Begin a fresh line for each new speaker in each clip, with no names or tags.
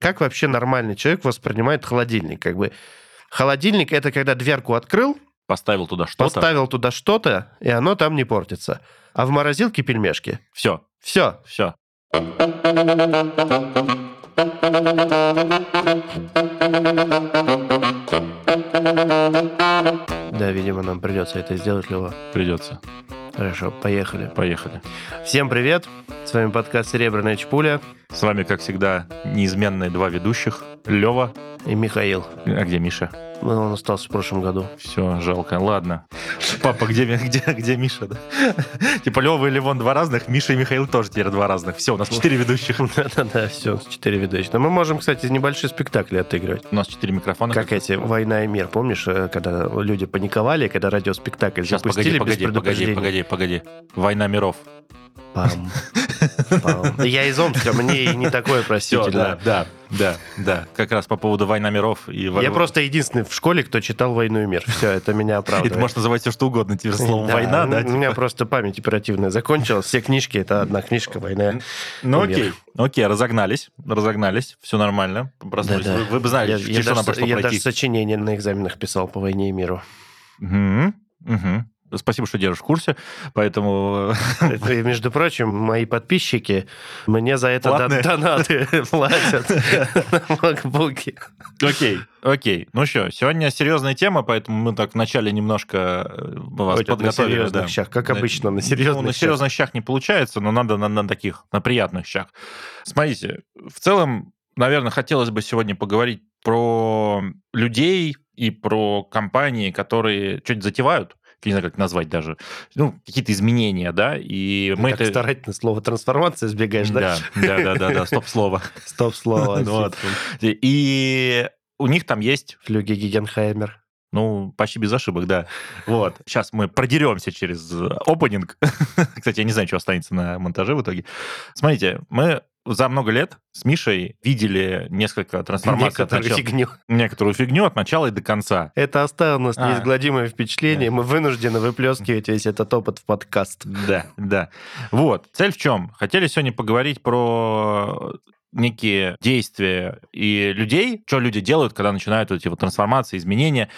Как вообще нормальный человек воспринимает холодильник? Как бы холодильник это когда дверку открыл,
Поставил туда что-то.
поставил туда что-то, и оно там не портится. А в морозилке пельмешки.
Все,
Все,
все.
Да, видимо, нам придется это сделать, Лева.
Придется.
Хорошо, поехали.
Поехали.
Всем привет. С вами подкаст «Серебряная чпуля»
С вами, как всегда, неизменные два ведущих. Лева.
и Михаил.
А где Миша?
Ну, Он остался в прошлом году.
Все, жалко. Ладно. Папа, где, Ми- где, где Миша? да? Типа Лева и Левон два разных, Миша и Михаил тоже теперь два разных. Все, у нас четыре ведущих.
Да-да-да, все, четыре ведущих. Но мы можем, кстати, небольшие спектакли отыгрывать.
У нас четыре микрофона.
Как эти «Война и мир», помнишь, э, когда люди паниковали, когда радиоспектакль
Сейчас,
запустили
погоди,
без
погоди, погоди,
предупреждения?
погоди, погоди. Война миров.
Пам. Пам. Ну, Я из Омска, мне и не такое,
Все,
простите.
да,
да.
да, да, да. Как раз по поводу война миров. И
Я просто единственный в школе, кто читал «Войну и мир». Все, это меня
И
оправдывает.
ты можешь называть все, что угодно. Тебе слово
Да,
война,
у-
да?
У меня просто память оперативная закончилась. Все книжки — это одна книжка «Война».
Ну
Пример.
окей, окей, разогнались, разогнались, все нормально, проснулись.
Да-да.
Вы, вы бы знали,
Я,
через
я
а что
даже,
нам пришло
я даже
пройти.
сочинение на экзаменах писал по «Войне и миру».
Мгм, мгм. Спасибо, что держишь в курсе, поэтому
Это, и, между прочим, мои подписчики мне за это дон-
Платные?
донаты платят на макбуке.
окей, окей. Ну что, сегодня серьезная тема, поэтому мы так вначале немножко э, вас
Хоть на
подготовили.
серьезных
да.
щах, как обычно, на серьезных
Ну, на
щах.
серьезных щах не получается, но надо на, на таких, на приятных щах. Смотрите, в целом, наверное, хотелось бы сегодня поговорить про людей и про компании, которые чуть затевают, я не знаю, как это назвать даже, ну, какие-то изменения, да, и мы
Так
это...
старательно слово «трансформация» избегаешь, да?
Да, да, да, да, да, стоп-слово.
Стоп-слово.
Ну вот. И у них там есть
Флюги Гигенхаймер.
Ну, почти без ошибок, да. Вот. Сейчас мы продеремся через э, опенинг. Кстати, я не знаю, что останется на монтаже в итоге. Смотрите, мы за много лет с Мишей видели несколько трансформаций. от
Некоторую
начала-
фигню.
Некоторую фигню от начала и до конца.
Это оставило нас
А.
неизгладимое впечатление. Мы вынуждены выплескивать весь этот опыт в подкаст.
Да, да. Вот. Цель в чем? Хотели сегодня поговорить про некие действия и людей, что люди делают, когда начинают вот эти вот трансформации, изменения,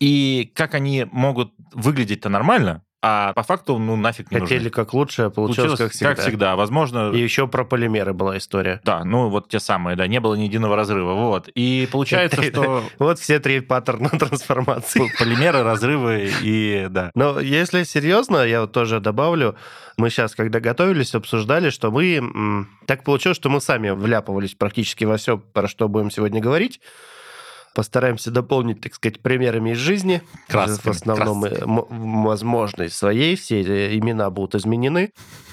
и как они могут выглядеть-то нормально, а по факту, ну, нафиг не нужны.
Хотели как лучше, а получилось, как всегда.
Возможно,
И еще про полимеры была история.
да, ну вот те самые, да, не было ни единого разрыва. Вот. И получается, что
Вот все три паттерна трансформации.
полимеры, разрывы и да.
Но если серьезно, я вот тоже добавлю, мы сейчас, когда готовились, обсуждали, что мы... м, Так получилось, что мы сами вляпывались практически во все, про что будем сегодня говорить. Постараемся дополнить, так сказать, примерами из жизни.
Красками,
в основном, э, м- возможно, из своей. Все эти имена будут изменены.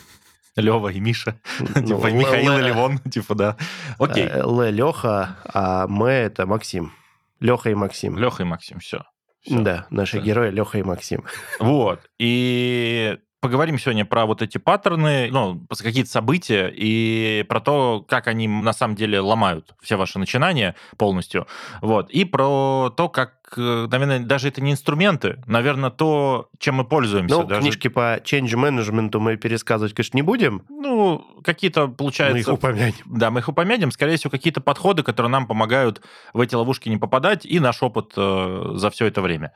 Лева и Миша.
Ну,
Типа
Л-
Михаил и
Л-
Левон, типа, да. Окей.
э, Л Леха, а М это Максим. Леха и Максим.
Леха и Максим, все.
Да, наши
Да.
герои Леха и Максим.
Вот. И поговорим сегодня про вот эти паттерны, ну, пос- какие-то события и про то, как они на самом деле ломают все ваши начинания полностью. Вот. И про то, как, э, наверное, даже это не инструменты, наверное, то, чем мы пользуемся.
Ну,
даже.
книжки по change management мы пересказывать, конечно, не будем.
Ну, какие-то,
Мы
получается...
их упомянем.
Да, мы их упомянем. Скорее всего, какие-то подходы, которые нам помогают в эти ловушки не попадать, и наш опыт э, за все это время.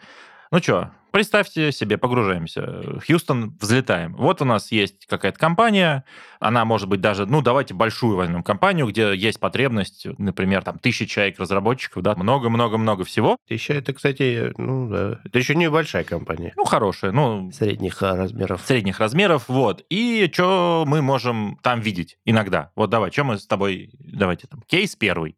Ну что, представьте себе, погружаемся. Хьюстон, взлетаем. Вот у нас есть какая-то компания, она может быть даже, ну, давайте большую возьмем компанию, где есть потребность, например, там, тысячи человек разработчиков, да, много-много-много всего.
Еще это, кстати, ну да, это еще небольшая компания.
Ну, хорошее, ну,
Средних а, размеров.
средних размеров, вот. И что мы можем там видеть иногда? Вот давай, что мы с тобой... Давайте там, кейс первый.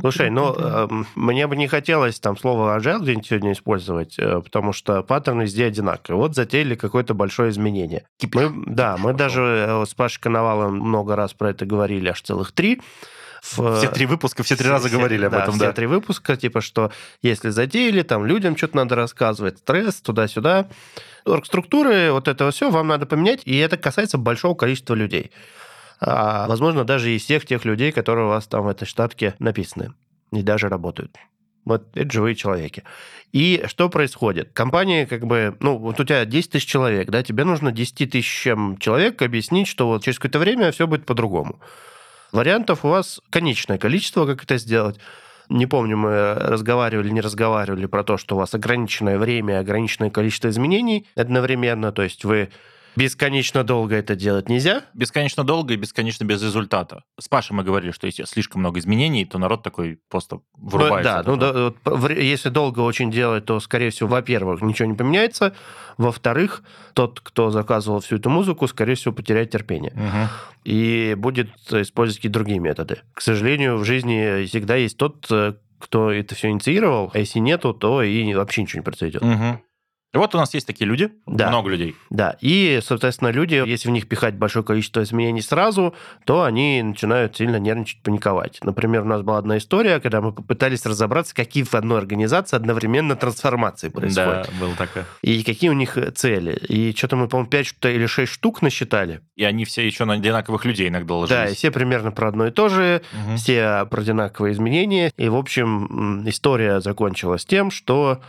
Слушай, ну, эм, мне бы не хотелось там слово agile где-нибудь сегодня использовать, э, потому что паттерны везде одинаковые. Вот затеяли какое-то большое изменение. Мы, да, мы
пошел.
даже э, вот с Пашей Коновалом много раз про это говорили, аж целых три. В,
Все
э,
три выпуска, все три раза
все-
говорили об этом,
все
да.
три выпуска, типа, что если задеяли, там людям что-то надо рассказывать, стресс, туда-сюда. Оргструктуры, вот этого все вам надо поменять, и это касается большого количества людей. А, возможно, даже из всех тех людей, которые у вас там в этой штатке написаны и даже работают. Вот это живые человеки. И что происходит? Компания как бы... Ну, вот у тебя 10 тысяч человек, да? Тебе нужно 10 тысячам человек объяснить, что вот через какое-то время все будет по-другому. Вариантов у вас конечное количество, как это сделать. Не помню, мы разговаривали, не разговаривали про то, что у вас ограниченное время, ограниченное количество изменений одновременно, то есть вы бесконечно долго это делать нельзя.
Бесконечно долго и бесконечно без результата. С Пашей мы говорили, что если слишком много изменений, то народ такой просто врубается.
Ну, да, ну, да, вот, если долго очень делать, то, скорее всего, во-первых, ничего не поменяется. Во-вторых, тот, кто заказывал всю эту музыку, скорее всего, потеряет терпение.
Мгм.
И будет э, использовать какие-то другие методы. К сожалению, в жизни всегда есть тот, э, кто это все инициировал, а если нету, то и вообще ничего не произойдет.
Мгм. И вот у нас есть такие люди,
Да.
много людей.
Да, и, соответственно, люди, если в них пихать большое количество изменений сразу, то они начинают сильно нервничать, паниковать. Например, у нас была одна история, когда мы попытались разобраться, какие в одной организации одновременно трансформации происходят.
Да, было такое.
И какие у них э, цели. И что-то мы, по-моему, 5 или 6 штук насчитали.
И они все еще на одинаковых людей иногда
Да, и
ложились.
все примерно про одно и то же,
Мгм.
все про одинаковые изменения. И, в общем, м, история закончилась тем, что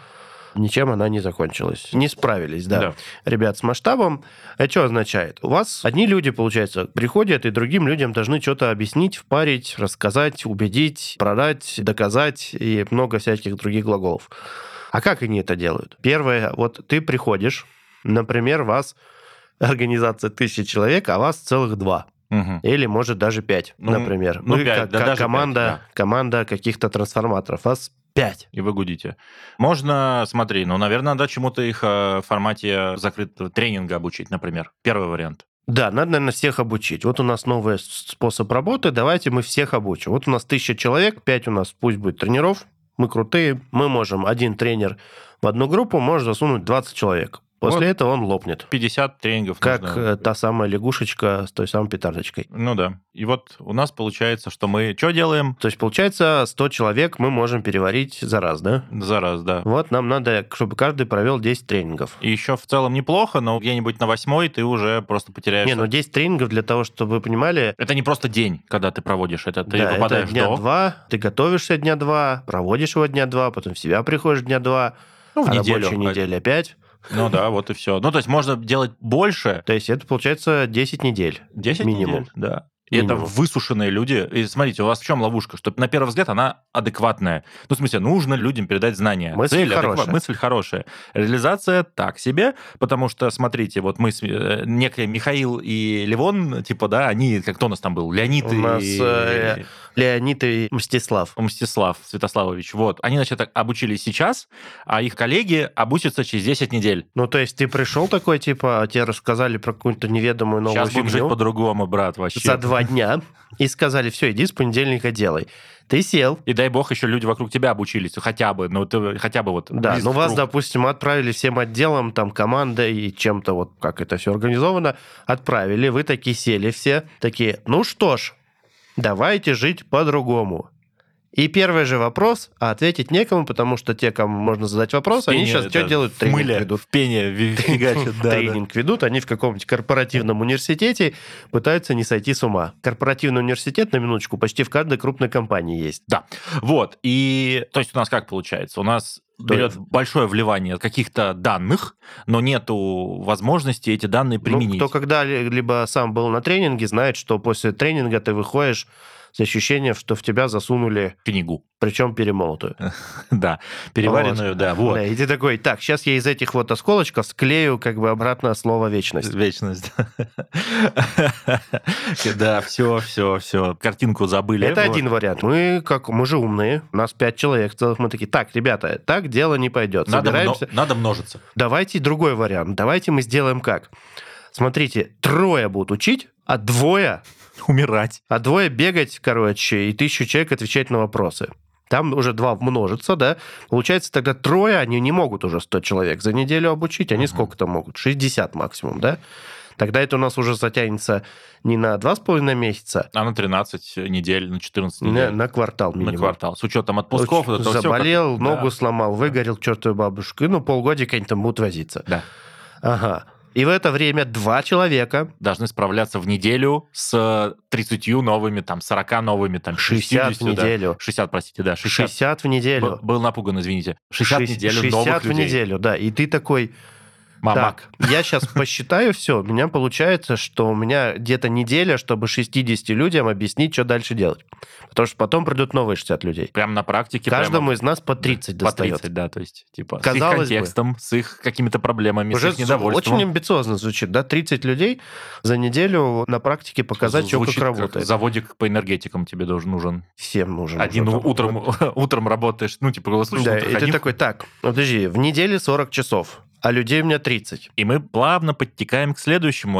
ничем она не закончилась. Не справились, да.
Да.
ребят с масштабом. Это что означает? У вас одни люди, получается, приходят и другим людям должны что-то объяснить, впарить, рассказать, убедить, продать, доказать и много всяких других глаголов. А как они это делают? Первое, вот ты приходишь, например, вас организация тысячи человек, а вас целых два.
Мгм.
Или, может, даже пять,
Ну,
например.
ну,
Вы
пять,
как,
да,
как
даже
команда,
пять,
команда каких-то трансформаторов. Вас пять.
И вы гудите. Можно, смотри, ну, наверное, надо чему-то их э, в формате закрытого тренинга обучить, например. Первый вариант.
Да, надо, наверное, всех обучить. Вот у нас новый с- способ работы, давайте мы всех обучим. Вот у нас тысяча человек, пять у нас пусть будет тренеров, мы крутые, мы можем, один тренер в одну группу может засунуть 20 человек. После
Вот.
этого он лопнет.
50 тренингов
Как
нужно.
э, та самая лягушечка с той самой петардочкой.
Ну да. И вот у нас получается, что мы что делаем?
То есть, получается, 100 человек мы можем переварить за раз, да?
За раз, да.
Вот нам надо, чтобы каждый провел 10 тренингов.
И еще в целом неплохо, но где-нибудь на восьмой ты уже просто потеряешь...
Не, ну 10 тренингов для того, чтобы вы понимали,
Это не просто день, когда ты проводишь это. Ты
Да, это
попадаешь
дня
до...
два, ты готовишься дня два, проводишь его дня два, потом в себя приходишь дня два,
Ну, в
а
неделю.
рабочую неделю опять.
Ну да, вот и все. Ну, то есть можно делать больше,
То есть это получается 10 недель.
10
Минимум.
недель, да. И
Минимум.
это высушенные люди. И смотрите, у вас в чем ловушка? Что на первый взгляд она адекватная. Ну, в смысле, нужно людям передать знания.
Мысль
адеква-
хорошая.
мысль хорошая. Реализация так себе, потому что, смотрите, вот мы, с- э, некие Михаил и Левон, типа, да, они, как кто у нас там был? Леонид
У
и...
нас, э, Леонид и Мстислав.
Мстислав Святославович. Вот. Они, значит, так обучились сейчас, а их коллеги обучатся через 10 недель.
Ну, то есть ты пришел такой, типа, тебе рассказали про какую-то неведомую новую
сейчас будем жить
фигню
по-другому, брат, вообще.
за два дня, и сказали, все, иди с понедельника делай. Ты сел,
И дай бог, еще люди вокруг тебя обучились, хотя бы, ну, ты хотя бы вот.
да,
близок
ну вас,
круг.
допустим, отправили всем отделом, там, командой и чем-то, вот как это все организовано, отправили, вы такие сели все, такие, ну что ж, давайте жить по-другому. И первый же вопрос, а ответить некому, потому что те, кому можно задать вопрос, они
Пение,
сейчас что
да,
делают?
В
Тренинг
мыле,
ведут.
в пене ви- фигачат, да, да.
тренинг ведут, они в каком-нибудь корпоративном университете пытаются не сойти с ума. Корпоративный университет, на минуточку, почти в каждой крупной компании есть.
Вот, и то есть у нас как получается? У нас
Да.
берет большое вливание каких-то данных, но нету возможности эти данные
Ну,
применить.
кто когда-либо сам был на тренинге, знает, что после тренинга ты выходишь с ощущением, что в тебя засунули,
Книгу,
причем перемолотую.
да, переваренную,
Вот.
да, вот.
Да, и ты такой, так, сейчас я из этих вот осколочков склею как бы обратно слово вечность.
Вечность. Да, все, все, все. Картинку забыли.
Это
Вот.
один вариант. Мы как мы же умные, нас пять человек, в целом мы такие, так, ребята, так дело не пойдет.
Надо мно-
Собираемся,
надо множиться.
Давайте другой вариант. Давайте мы сделаем как? Смотрите, трое будут учить, а двое,
Умирать.
а двое бегать, короче, и тысячу человек отвечать на вопросы. Там уже два множится, да? Получается, тогда трое, они не могут уже 100 человек за неделю обучить. Они
Мгм.
сколько там могут? 60 максимум, да? Тогда это у нас уже затянется не на 2,5 месяца,
А на 13 недель, на 14
не- на,
недель.
квартал
на
минимум.
квартал. С учетом отпусков, вот этого всего,
Заболел,
как-
ногу
Да.
сломал, выгорел к чертовой бабушке. Ну, полгодика они там будут возиться.
Да.
Ага. И в это время два человека,
должны справляться в неделю с 30 новыми, там, 40 новыми, там,
60 в
60, да.
неделю.
60, простите, да, 60.
60 в неделю.
Б- Был напуган, извините. 60 в
Шесть-
неделю новых
60 в
людей.
неделю, да. И ты такой,
Мамак.
Так, я сейчас посчитаю все. У меня получается, что у меня где-то неделя, чтобы 60 людям объяснить, что дальше делать. Потому что потом придут новые 60 людей.
Прям на практике. прямо
Каждому из нас по 30
по
достается.
30, да, то есть, типа,
Казалось бы.
с их контекстом, с их какими-то проблемами,
Уже
с их недовольством.
очень амбициозно звучит, да? 30 людей за неделю на практике показать, что как
Звучит как
работает.
Заводик по энергетикам тебе должен нужен.
Всем нужен.
Один
уже такой.
утром, утром работаешь, ну, типа, круглосуточно.
Да,
ты
и ты
ходил.
такой, так, подожди, в неделе 40 часов, а людей у меня 30.
И мы плавно подтекаем к следующему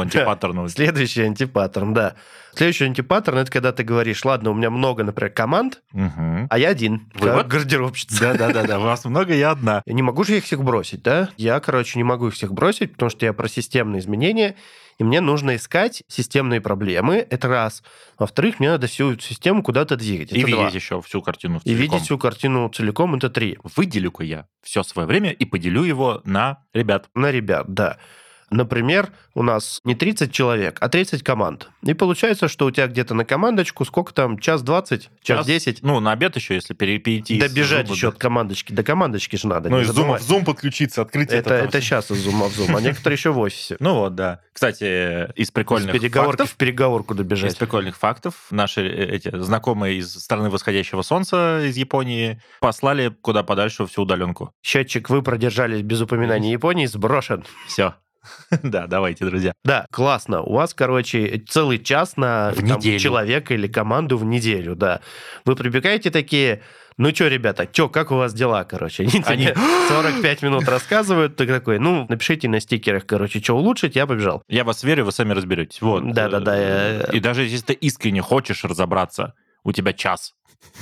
антипаттерну.
Следующий антипаттерн, да. Следующий антипаттерн, это когда ты говоришь, ладно, у меня много, например, команд,
Да,
а я один,
Вывод?
как гардеробщица.
да, да, да. Вас много, я одна.
Я не могу же их всех бросить, да? Я, короче, не могу их всех бросить, потому что я про системные изменения, и мне нужно искать системные проблемы, это раз. Во-вторых, мне надо всю эту систему куда-то двигать, это
И
Типа два.
видеть еще всю картину
И
целиком.
видеть всю картину целиком, это три.
Выделю-ка я все свое время и поделю его на ребят.
на ребят, да. Например, у нас не 30 человек, а 30 команд. И получается, что у тебя где-то на командочку сколько там, час 20, час,
Час.
10?
Ну, на обед еще, если пере- перейти. из
Добежать
зуба
еще
до-
от командочки. До командочки же надо.
Ну,
не
из зума
забывать.
в зум подключиться, открыть
Это,
там
это
всё.
сейчас из зума в зум, а некоторые еще в офисе.
Ну вот, да. Кстати, из
Из
прикольных
переговорки
фактов
в переговорку
Из
добежать.
прикольных фактов наши э, эти знакомые из страны восходящего солнца из Японии послали куда подальше всю удаленку.
Счетчик «Вы продержались без упоминания Японии» сброшен.
Все. Да, давайте, друзья.
Да, классно. У вас, короче, целый час на
В
там,
неделю.
человека или команду в неделю, да. Вы прибегаете такие, ну что, ребята, чё, как у вас дела, короче? Они
Они-
тебе 45 минут рассказывают, ты такой, ну, напишите на стикерах, короче, что улучшить, я побежал.
Я вас верю, вы сами разберетесь. Вот. э,
Да-да-да, я- э,
И даже если ты искренне хочешь разобраться, у тебя час.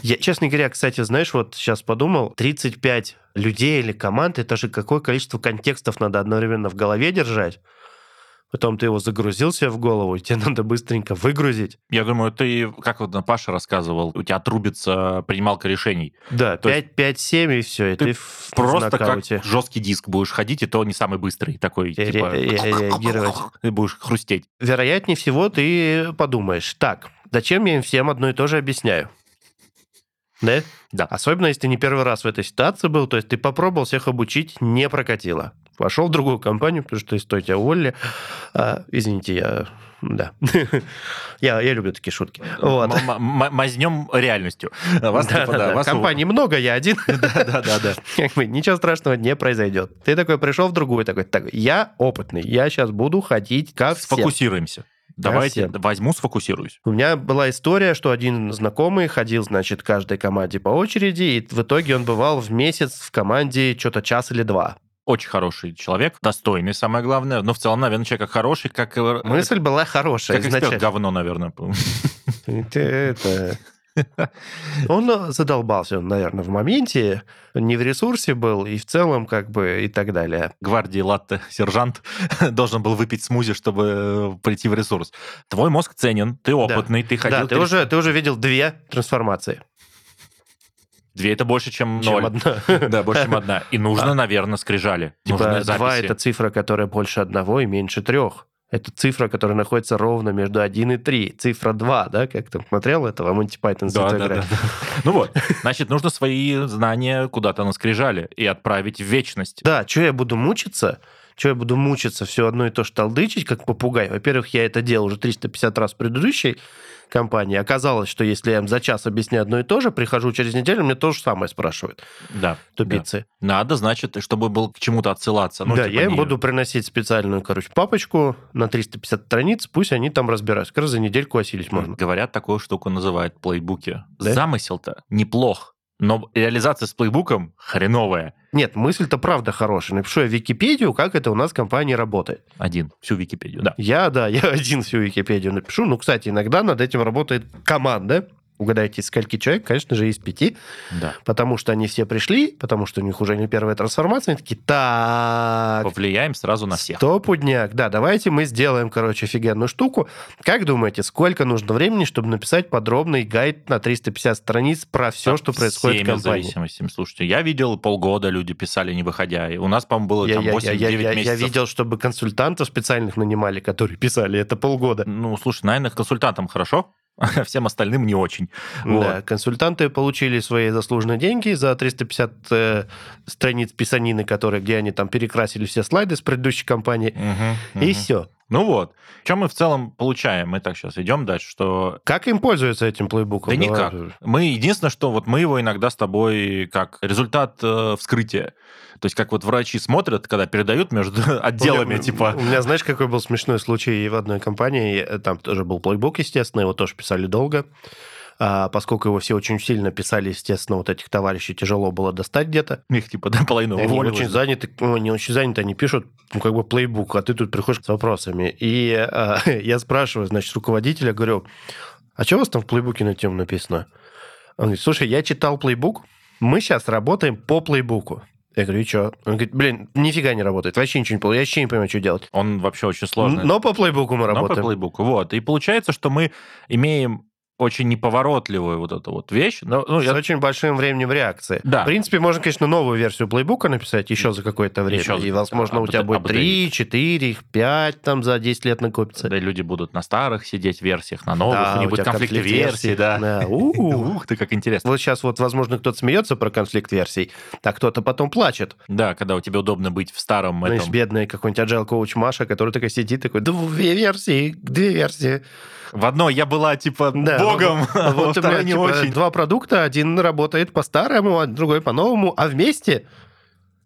Я, честно говоря, кстати, знаешь, вот сейчас подумал, 35 людей или команд, это же какое количество контекстов надо одновременно в голове держать. Потом ты его загрузил себе в голову, и тебе надо быстренько выгрузить.
Я думаю, ты, как вот Паша рассказывал, у тебя отрубится принималка решений.
Да,
То есть
5, 5, 7, и все, и
ты
ты, в в
Просто как
нокауте.
жесткий диск будешь ходить, и то не самый быстрый такой,
Ре-
типа...
ре- реагировать.
Ты будешь хрустеть.
вероятнее всего, ты подумаешь, так, зачем я им всем одно и то же объясняю? Да?
Да.
Особенно, если ты не первый раз в этой ситуации был, то есть ты попробовал всех обучить, не прокатило. Пошел в другую компанию, потому что из той тебя уволили. А, извините, я... Да. я, я люблю такие шутки. Вот.
Мазнем реальностью. Вас,
Да,
типа,
да,
да,
да.
вас у-
Компаний много, я один.
Да-да-да.
Как бы ничего страшного не произойдет. Ты такой пришел в другую, такой, так, я опытный, я сейчас буду ходить как все.
Сфокусируемся. Давайте
всем.
возьму, сфокусируюсь.
У меня была история, что один знакомый ходил, значит, каждой команде по очереди, и в итоге он бывал в месяц в команде что-то час или два.
Очень хороший человек, достойный, самое главное. Но в целом, наверное, человек как хороший, как... э,
Мысль была хорошая.
Как эксперт
изначально.
говно, наверное.
Ты это- Он задолбался, наверное, в моменте, не в ресурсе был, и в целом, как бы, и так далее.
Гвардии латте сержант должен был выпить смузи, чтобы э, прийти в ресурс. Твой мозг ценен, ты опытный, ты ходил...
да, ты,
ты-
уже, ты уже видел две трансформации,
Две это больше, чем
чем
ноль.
одна.
Да, больше, чем одна. И нужно,
А.
наверное, скрижали.
Типа
Нужны
два
записи.
это цифра, которая больше одного и меньше трех. Это цифра, которая находится ровно между 1 и 3. Цифра 2, да, как ты смотрел это в Monty Python
Да,
святой
да,
Грааль?
да, да. Ну вот, значит, нужно свои знания куда-то на скрижали и отправить в вечность.
Да, что я буду мучиться? Что я буду мучиться все одно и то же толдычить, как попугай? Во-первых, я это делал уже 350 раз в предыдущей компании. Оказалось, что если я им за час объясняю одно и то же, прихожу через неделю, мне то же самое спрашивают
Да. да.
тупицы.
Надо, значит, чтобы был к чему-то отсылаться. Ну,
да,
типа
я им
не-
буду приносить специальную, короче, папочку на 350 страниц, пусть они там разбираются. Как раз за недельку осилить можно.
Говорят, такую штуку называют плейбуки.
Да?
Замысел-то неплох, но реализация с плейбуком хреновая.
Нет, мысль-то правда хорошая. Напишу я в Википедию, как это у нас в компании работает.
Один. Всю Википедию, да.
Я, да, я один всю Википедию напишу. Ну, кстати, иногда над этим работает команда. Угадайте, из скольки человек? Конечно же, из пяти.
Да.
Потому что они все пришли, потому что у них уже не первая трансформация. Они такие, так,
А Повлияем сразу на всех.
стопудняк. Да, давайте мы сделаем, короче, офигенную штуку. Как думаете, сколько нужно времени, чтобы написать подробный гайд на 350 страниц про все, что происходит в
Всеми
компании?
зависимостями. Слушайте, я видел полгода люди писали, не выходя. И у нас, по-моему, было
Я,
там
я- я-
8-9
я- я- я
месяцев.
видел, чтобы консультантов специальных нанимали, которые писали это полгода.
Ну, слушай, наверное, консультантам хорошо. всем остальным не очень.
Да, консультанты получили свои заслуженные деньги за 350 э, страниц писанины, которые, где они там перекрасили все слайды с предыдущей компании,
Мгм,
и
мгм.
все.
Ну вот. Чем мы в целом получаем? Мы так сейчас идем дальше, что
Как им пользуются этим плейбуком? Ну, а,
Да
Давай.
никак. Мы единственное, что вот мы его иногда с тобой как результат э, вскрытия. То есть как вот врачи смотрят, когда передают между
У
отделами,
меня-
типа...
У меня, знаешь, какой был смешной случай в одной компании, э, там тоже был плейбук, естественно, его тоже писали долго, А, поскольку его все очень сильно писали, естественно, вот этих товарищей тяжело было достать где-то.
Их типа, да, половину
они
уволилось.
очень заняты, ну, они очень заняты, они пишут, ну, как бы плейбук, а ты тут приходишь с вопросами. И а, я спрашиваю, значит, руководителя, говорю, а что у вас там в плейбуке на тему написано? Он говорит, слушай, я читал плейбук, мы сейчас работаем по плейбуку. Я говорю, и что? Он говорит, блин, нифига не работает, вообще ничего не получается, я вообще не понимаю, что делать.
Он вообще очень сложный.
Но по плейбуку мы
Но по
работаем.
плейбуку. Вот. И получается, что мы имеем очень неповоротливую вот эту вот вещь. Но, ну,
С
я-
очень большим временем реакции.
Да.
В принципе, можно, конечно, новую версию плейбука написать еще за какое-то время.
Еще за-
И, возможно, у
апде-
тебя будет
апдейтить.
3, 4, 5 там за 10 лет накопится.
Да, люди будут на старых сидеть версиях, на новых,
Да,
у них
у
будет
тебя
конфликт,
конфликт
версий,
версий,
да.
да. У-у.
Ух ты, как интересно.
Вот сейчас вот, возможно, кто-то смеется про конфликт версий, а кто-то потом плачет.
Да, когда у тебя удобно быть в старом этом...
Знаешь, бедная какой-нибудь agile коуч Маша, которая такая сидит, такой, две версии, две версии.
В одной я была, типа,
Да,
богом, а
Вот у
во
меня
второй не
типа,
очень.
два продукта, один работает по-старому, а другой по-новому, а вместе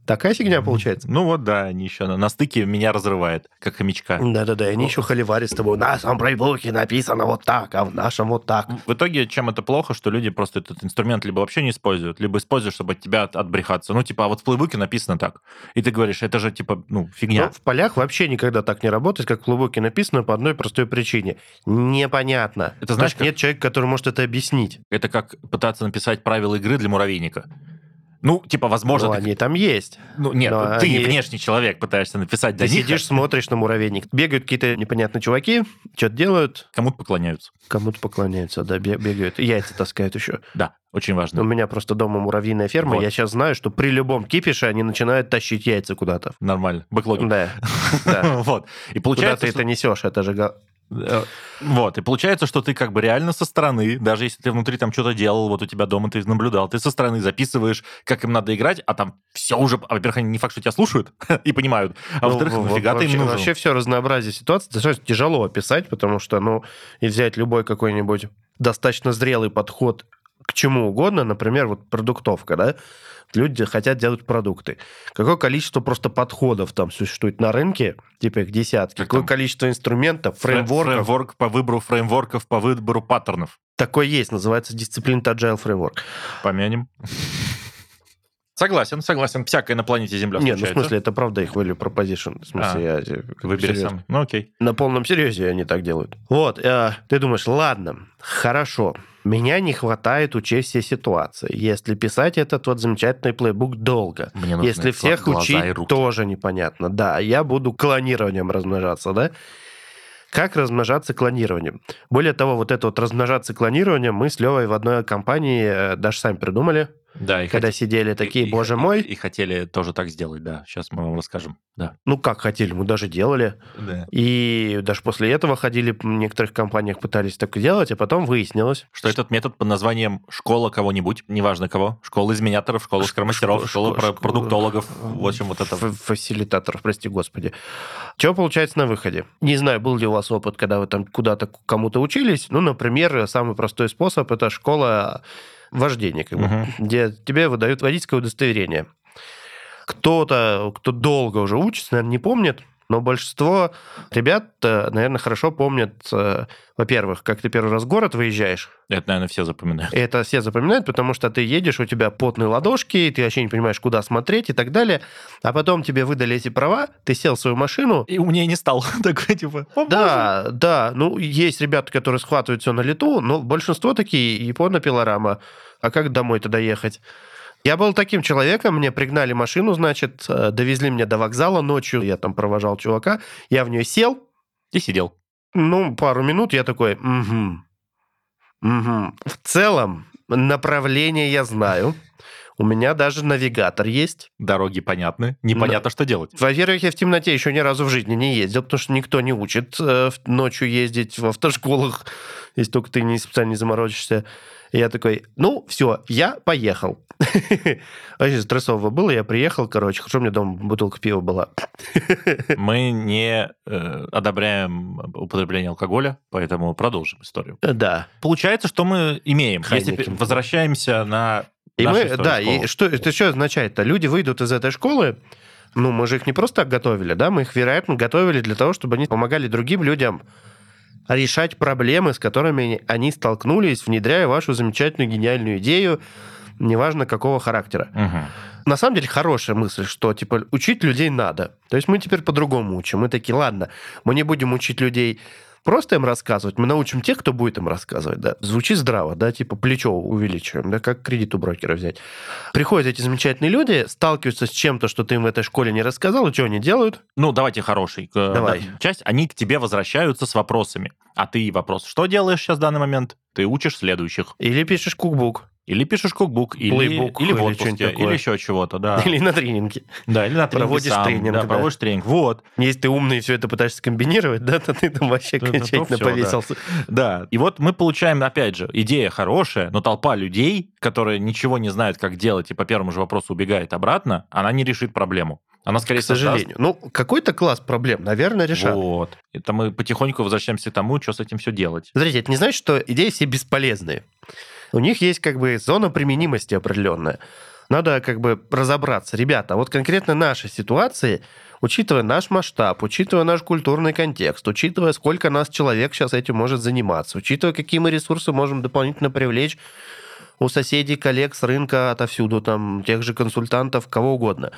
такая фигня получается.
Ну вот да, они еще на, на стыке меня разрывает, как хомячка.
Да-да-да, и они еще холивари с тобой. У нас в брейбуке написано вот так, а в нашем вот так.
В итоге, чем это плохо, что люди просто этот инструмент либо вообще не используют, либо используют, чтобы от тебя от- отбрехаться. Ну, типа, а вот в плейбуке написано так. И ты говоришь, это же, типа, ну,
Но
фигня.
в полях вообще никогда так не работает, как в глубоке написано, по одной простой причине. Непонятно.
Это знаешь,
То есть нет человека, который может это объяснить.
Это как пытаться написать правила игры для муравейника. Ну, типа, возможно,
Но
ты-
они там есть.
ну, нет,
но
ты
они-
внешний человек пытаешься написать
Ты
для них,
сидишь, смотришь на муравейник. Бегают какие-то непонятные чуваки, что-то делают,
а кому-то поклоняются.
кому-то поклоняются, да, бе- бегают. И Яйца таскают еще.
Да, очень важно.
У меня просто дома муравьиная ферма.
Вот.
Я сейчас знаю, что при любом кипише они начинают тащить яйца куда-то.
Нормально. Бэклоги.
Да, да.
Вот. И
Куда
получается,
ты это несешь? Это же... га-
Э, Вот, и получается, что ты как бы реально со стороны, даже если ты внутри там что-то делал, вот у тебя дома ты наблюдал, ты со стороны записываешь, как им надо играть, а там все уже, а, во-первых, они не факт, что тебя слушают и понимают, а
Ну,
во-вторых,
во-
нафига ты
вообще-
им нужен?
Вообще все разнообразие ситуаций достаточно тяжело описать, потому что, ну, и взять любой какой-нибудь достаточно зрелый подход к чему угодно, например, вот продуктовка, да, люди хотят делать продукты. Какое количество просто подходов там существует на рынке, типа их десятки,
Как
какое
там?
количество инструментов,
Фрэ-
фреймворков,
Фреймворк по выбору фреймворков, по выбору паттернов.
такое есть, называется дисциплина Agile Framework.
Помянем. Согласен, согласен. Всякое на планете Земля
Нет, ну в
случается.
смысле, это правда их value proposition. В смысле,
А,
я, э, как бы
Выбери
серьезно.
сам. Ну окей.
На полном серьезе они так делают. Вот, э, ты думаешь, ладно, хорошо, меня не хватает учесть все ситуации, если писать этот вот замечательный плейбук долго.
Мне нужны
Если всех
глаза и
учить,
руки.
тоже непонятно. Да, я буду клонированием размножаться, да? Как размножаться клонированием? Более того, вот это вот размножаться клонированием мы с Левой в одной компании э, даже сами придумали,
Да, и
когда
хотели-
сидели такие,
и- и-
боже мой,
И хотели тоже так сделать, да. Сейчас мы вам расскажем. Да.
ну как хотели, мы даже делали.
Да.
типа. И даже после этого ходили, в некоторых компаниях пытались так делать, а потом выяснилось.
что этот метод под названием «школа кого-нибудь», неважно кого, «школа изменяторов», «школа скромастеров»,
шко-
«школа
шко-
про-
шко-
продуктологов», в общем, вот это.
Ф- э, Фасилитаторов, прости господи. Что получается на выходе? Не знаю, был ли у вас опыт, когда вы там куда-то к- кому-то учились. Ну, например, самый простой способ – это школа вождения, как бы,
Мгм.
где тебе выдают водительское удостоверение. Кто-то, кто долго уже учится, наверное, не помнит, но большинство ребят, наверное, хорошо помнят, э, во-первых, как ты первый раз в город выезжаешь,
Это, наверное, все запоминают.
И Это все запоминают, потому что ты едешь, у тебя потные ладошки, и ты вообще не понимаешь, куда смотреть и так далее. А потом тебе выдали эти права, ты сел в свою машину.
И умнее не стал. Такой, типа, «О,
Да, да, ну, есть ребята, которые схватывают все на лету, но большинство такие, Япона, пилорама. А как домой-то доехать? Я был таким человеком, мне пригнали машину, значит, э, довезли меня до вокзала ночью, я там провожал чувака, я в нее сел,
боже». И сидел.
ну, пару минут я такой, «Мгм. Мгм». В целом, направление я знаю. У меня даже навигатор есть.
Дороги понятны, непонятно, что делать.
Во-первых, я в темноте еще ни разу в жизни не ездил, потому что никто не учит э, в- ночью ездить в автошколах, если только ты не специально не заморочишься. И я такой, ну, все, я поехал. Вообще стрессово было, я приехал, короче, хорошо, у меня дома бутылка пива была.
Мы не э, одобряем употребление алкоголя, поэтому продолжим историю.
Да.
Получается, что мы имеем, если
Хайнекен.
пе- возвращаемся на
И
нашу
мы,
историю
да,
школы.
и что это что означает-то? Люди выйдут из этой школы, ну, мы же их не просто так готовили, да, мы их, вероятно, готовили для того, чтобы они помогали другим людям решать проблемы, с которыми они- они столкнулись, внедряя вашу замечательную, гениальную идею, неважно какого характера.
Мгм.
На самом деле хорошая мысль, что типа учить людей надо. То есть мы теперь по-другому учим. Мы такие, ладно, мы не будем учить людей просто им рассказывать, мы научим тех, кто будет им рассказывать, да. Звучит здраво, да, типа плечо увеличиваем, да, как кредит у брокера взять. Приходят эти замечательные люди, сталкиваются с чем-то, что ты им в этой школе не рассказал, и что они делают?
Ну, давайте хороший. э,
Давай.
да, Часть, они к тебе возвращаются с вопросами. А ты вопрос, что делаешь сейчас в данный момент? Ты учишь следующих.
Или пишешь кукбук,
Или пишешь кукбук, или,
Плейбук
или в
или
отпуске,
что-нибудь
или,
такое.
еще чего-то, да.
или на тренинге.
Да, или на тренинге
Проводишь
сам,
тренинг,
Да,
да.
проводишь тренинг, вот.
Если ты умный и все это пытаешься скомбинировать, да, то ты там вообще
То- то- то
окончательно
всё, да.
повесился.
Да, и вот мы получаем, опять же, идея хорошая, но толпа людей, которые ничего не знают, как делать, и по первому же вопросу убегает обратно, она не решит проблему. Она, скорее,
К сожалению. Ну, какой-то класс проблем, наверное, решат.
Вот. Это мы потихоньку возвращаемся к тому, что с этим все делать.
Смотрите, это не значит, что идеи все бесполезные. У них есть как бы зона применимости определенная. Надо как бы разобраться. Ребята, а вот конкретно нашей ситуации, учитывая наш масштаб, учитывая наш культурный контекст, учитывая, сколько нас человек сейчас этим может заниматься, учитывая, какие мы ресурсы можем дополнительно привлечь у соседей, коллег с рынка, отовсюду, там, тех же консультантов, кого угодно.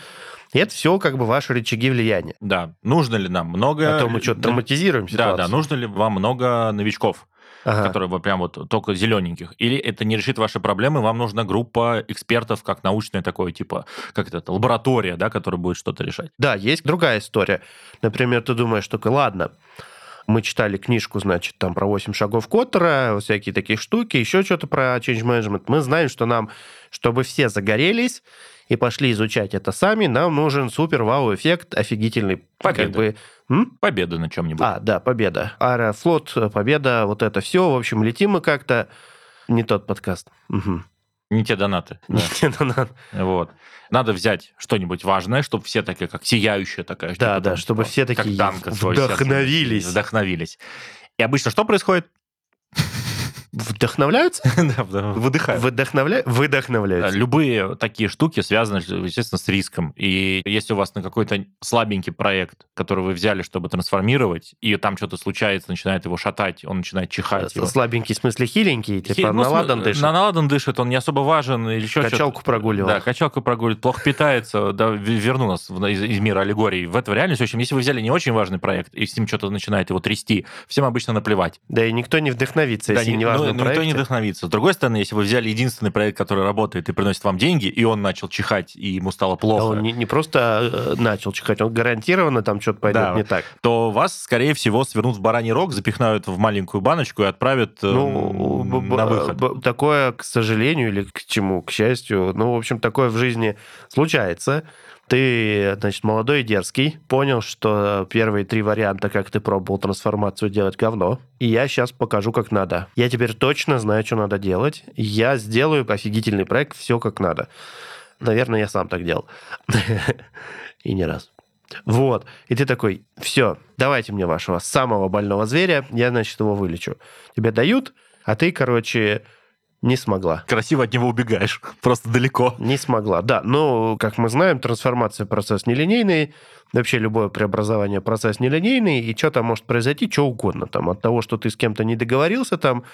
И это все как бы ваши рычаги влияния.
Да, нужно ли нам много...
А то мы что-то травматизируем
Э, Да, ну,
ситуацию.
да, нужно ли вам много новичков,
Ага.
которые вот прям вот только зелененьких? Или это не решит ваши проблемы, вам нужна группа экспертов, как научная такое, типа, как это, лаборатория, да, которая будет что-то решать?
Да, есть другая история. Например, ты думаешь, только ладно, мы читали книжку, значит, там про 8 шагов Коттера, всякие такие штуки, еще что-то про change management. Мы знаем, что нам, чтобы все загорелись и пошли изучать это сами, нам нужен супер-вау-эффект, офигительный.
Победа.
Как бы, М?
Победа на чем-нибудь.
А, да, победа. Аэрофлот, э, победа, вот это все. В общем, летим мы как-то. Не тот подкаст. Мгм. ну,
Не те донаты. да.
Да,
Вот. Надо взять что-нибудь важное, чтобы все такие, как сияющая такая.
Да,
типа,
да,
там,
чтобы
типа,
все
как
такие
танк от своего сердца.
вдохновились.
Вдохновились. И обычно что происходит?
Вдохновляются?
Да, вдох- Выдыхают.
Вдохновля...
Да,
Выдохновляются.
Э, Любые такие штуки связаны, естественно, с риском. И если у вас на какой-то слабенький проект, который вы взяли, чтобы трансформировать, и там что-то случается, начинает его шатать, он начинает чихать. его.
Э, Слабенький, в смысле хиленький,
Хи-
типа
ну,
на ладан
см-
дышит.
На наладан дышит, он не особо важен. Или еще
Качалку прогуливал.
Да, качалку прогулит, плохо питается, да, в- верну нас в- из, из мира аллегорий в эту реальность. В общем, если вы взяли не очень важный проект, и с ним что-то начинает его трясти, всем обычно наплевать.
Да и никто не вдохновится,
Да,
если
ни-
не важно
ну, ну, никто не вдохновится. С другой стороны, если вы взяли единственный проект, который работает и приносит вам деньги, и он начал чихать, и ему стало плохо,
Он не, не просто э, начал чихать, он гарантированно там что-то пойдет
Да.
не так.
то вас, скорее всего, свернут в бараний рог, запихнут в маленькую баночку и отправят э,
Ну,
м,
б- б-
на выход.
б- такое, к сожалению, или к чему, к счастью, ну, в общем, такое в жизни случается. Ты, значит, молодой и дерзкий, понял, что первые три варианта, как ты пробовал трансформацию делать говно, и я сейчас покажу, как надо. Я теперь точно знаю, что надо делать, я сделаю офигительный проект, все как надо. Наверное, я сам так делал. И не раз. Вот. И ты такой, все, давайте мне вашего самого больного зверя, я, значит, его вылечу. Тебе дают, а ты, короче, не смогла.
Красиво от него убегаешь, просто далеко.
Не смогла, да. Но, как мы знаем, трансформация процесс нелинейный. Вообще любое преобразование процесс нелинейный. И что там может произойти, что угодно. Там, от того, что ты с кем-то не договорился, там,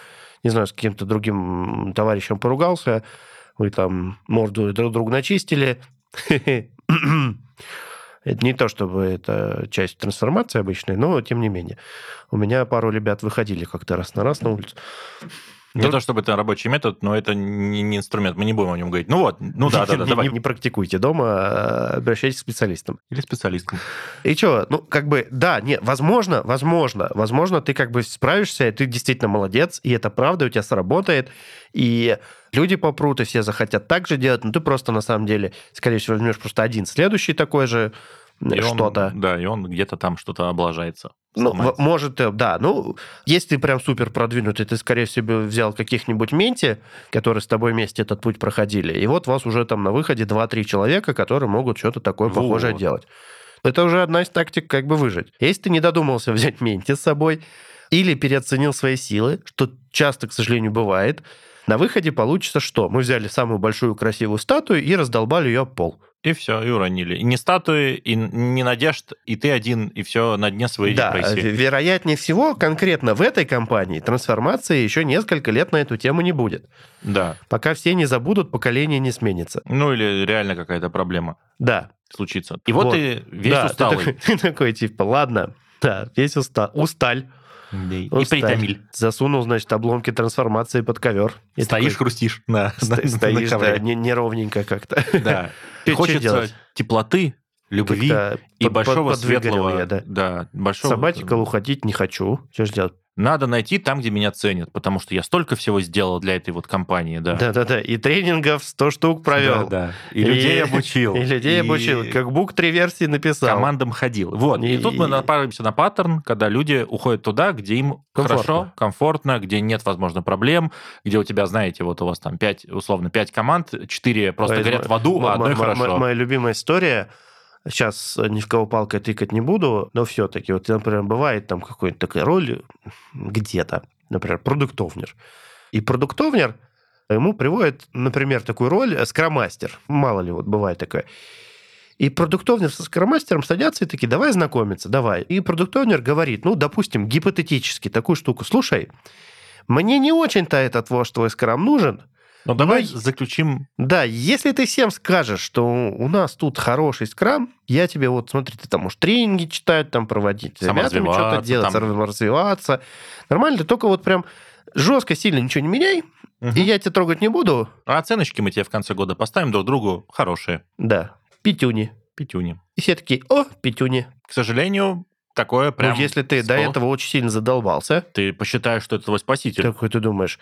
не знаю, с каким-то другим товарищем поругался, вы там морду друг другу начистили. Это не то, чтобы это часть трансформации обычной, но тем не менее. У меня пару ребят выходили как-то раз на раз на улицу.
Не
Ну,
то чтобы это рабочий метод, но это не, не инструмент, мы не будем о нем говорить. Ну вот, ну да, да, да,
не-
давай.
Не практикуйте дома, а, обращайтесь к специалистам.
Или специалистом.
И что, ну, как бы, да, не, возможно, возможно, возможно, ты как бы справишься, и ты действительно молодец, и это правда, у тебя сработает, и люди попрут, и все захотят так же делать, но ты просто, на самом деле, скорее всего, возьмешь просто один следующий такой же м,
И он-
что-то.
Да, и он где-то там что-то облажается.
Ну, в-
сломается.
может, э, да, ну, если ты прям супер продвинутый, ты, скорее всего, взял каких-нибудь менти, которые с тобой вместе этот путь проходили, и вот у вас уже там на выходе 2-3 человека, которые могут что-то такое похожее
Вот.
делать. Это уже одна из тактик, как бы выжить. Если ты не додумался взять менти с собой или переоценил свои силы, что часто, к сожалению, бывает, на выходе получится что? Мы взяли самую большую красивую статую и раздолбали ее об пол.
И все, и уронили. И не статуи, и не надежд, и ты один, и все на дне своей
Да,
депрессии.
в- вероятнее всего, конкретно в этой компании трансформации еще несколько лет на эту тему не будет.
Да.
Пока все не забудут, поколение не сменится.
Ну или реально какая-то проблема
Да.
случится. И вот,
Вот.
ты весь
да, ты такой-
усталый.
Ты такой, типа, ладно, да, весь устал. Усталь.
Да, И
усталь.
притомиль.
Засунул, значит, обломки трансформации под ковер. И
Стоишь,
такой,
хрустишь. на-
«Сто-
на- на
Стоишь, да,
ковре.
не- неровненько как-то.
Да.
Чё
Хочется
делать?
теплоты, любви
Как-то
и
под- под-
большого
подвыгорел
светлого.
я, да.
Да, большого.
Собатикал уходить не хочу. Что ж делать?
Надо найти там, где меня ценят, потому что я столько всего сделал для этой вот компании, да.
Да-да-да, и тренингов 100 штук провел.
Да, да. И людей обучил.
И людей
И
обучил. Как бук три версии написал.
командам ходил. Вот. И,
И-
тут мы напаримся на паттерн, когда люди уходят туда, где им
Комфортно.
хорошо, комфортно, где нет, возможно, проблем, где у тебя, знаете, вот у вас там пять, условно, пять команд, четыре просто
Ой,
горят
м-
в аду, а
М-
одной
Ну, м- м-
хорошо.
Моя любимая история. Сейчас ни в кого палкой тыкать не буду, но все-таки, вот, например, бывает там какой-нибудь такая роль где-то, например, продуктовнер. И продуктовнер ему приводит, например, такую роль э, скромастер. Мало ли, вот бывает такое. И продуктовнер со скромастером садятся и такие, давай знакомиться, давай. И продуктовнер говорит, ну, допустим, гипотетически такую штуку, слушай, мне не очень-то этот ваш твой скрам нужен,
Ну, давай
и-
заключим
да, если ты всем скажешь, что у нас тут хороший скрам, я тебе вот, смотри, ты там можешь тренинги читать, там проводить, с ребятами
Саморазвиваться
что-то делать,
там.
сам развиваться. Нормально, ты только вот прям жестко, сильно ничего не меняй,
Мгм.
и я тебя трогать не буду.
А оценочки мы тебе в конце года поставим друг другу хорошие.
Да, пятюни.
Пятюни.
И все такие, о, пятюни.
К сожалению, такое
Ну,
прям...
если ты до
сло-
этого очень сильно задолбался,
Ты посчитаешь, что это твой спаситель.
такой ты думаешь,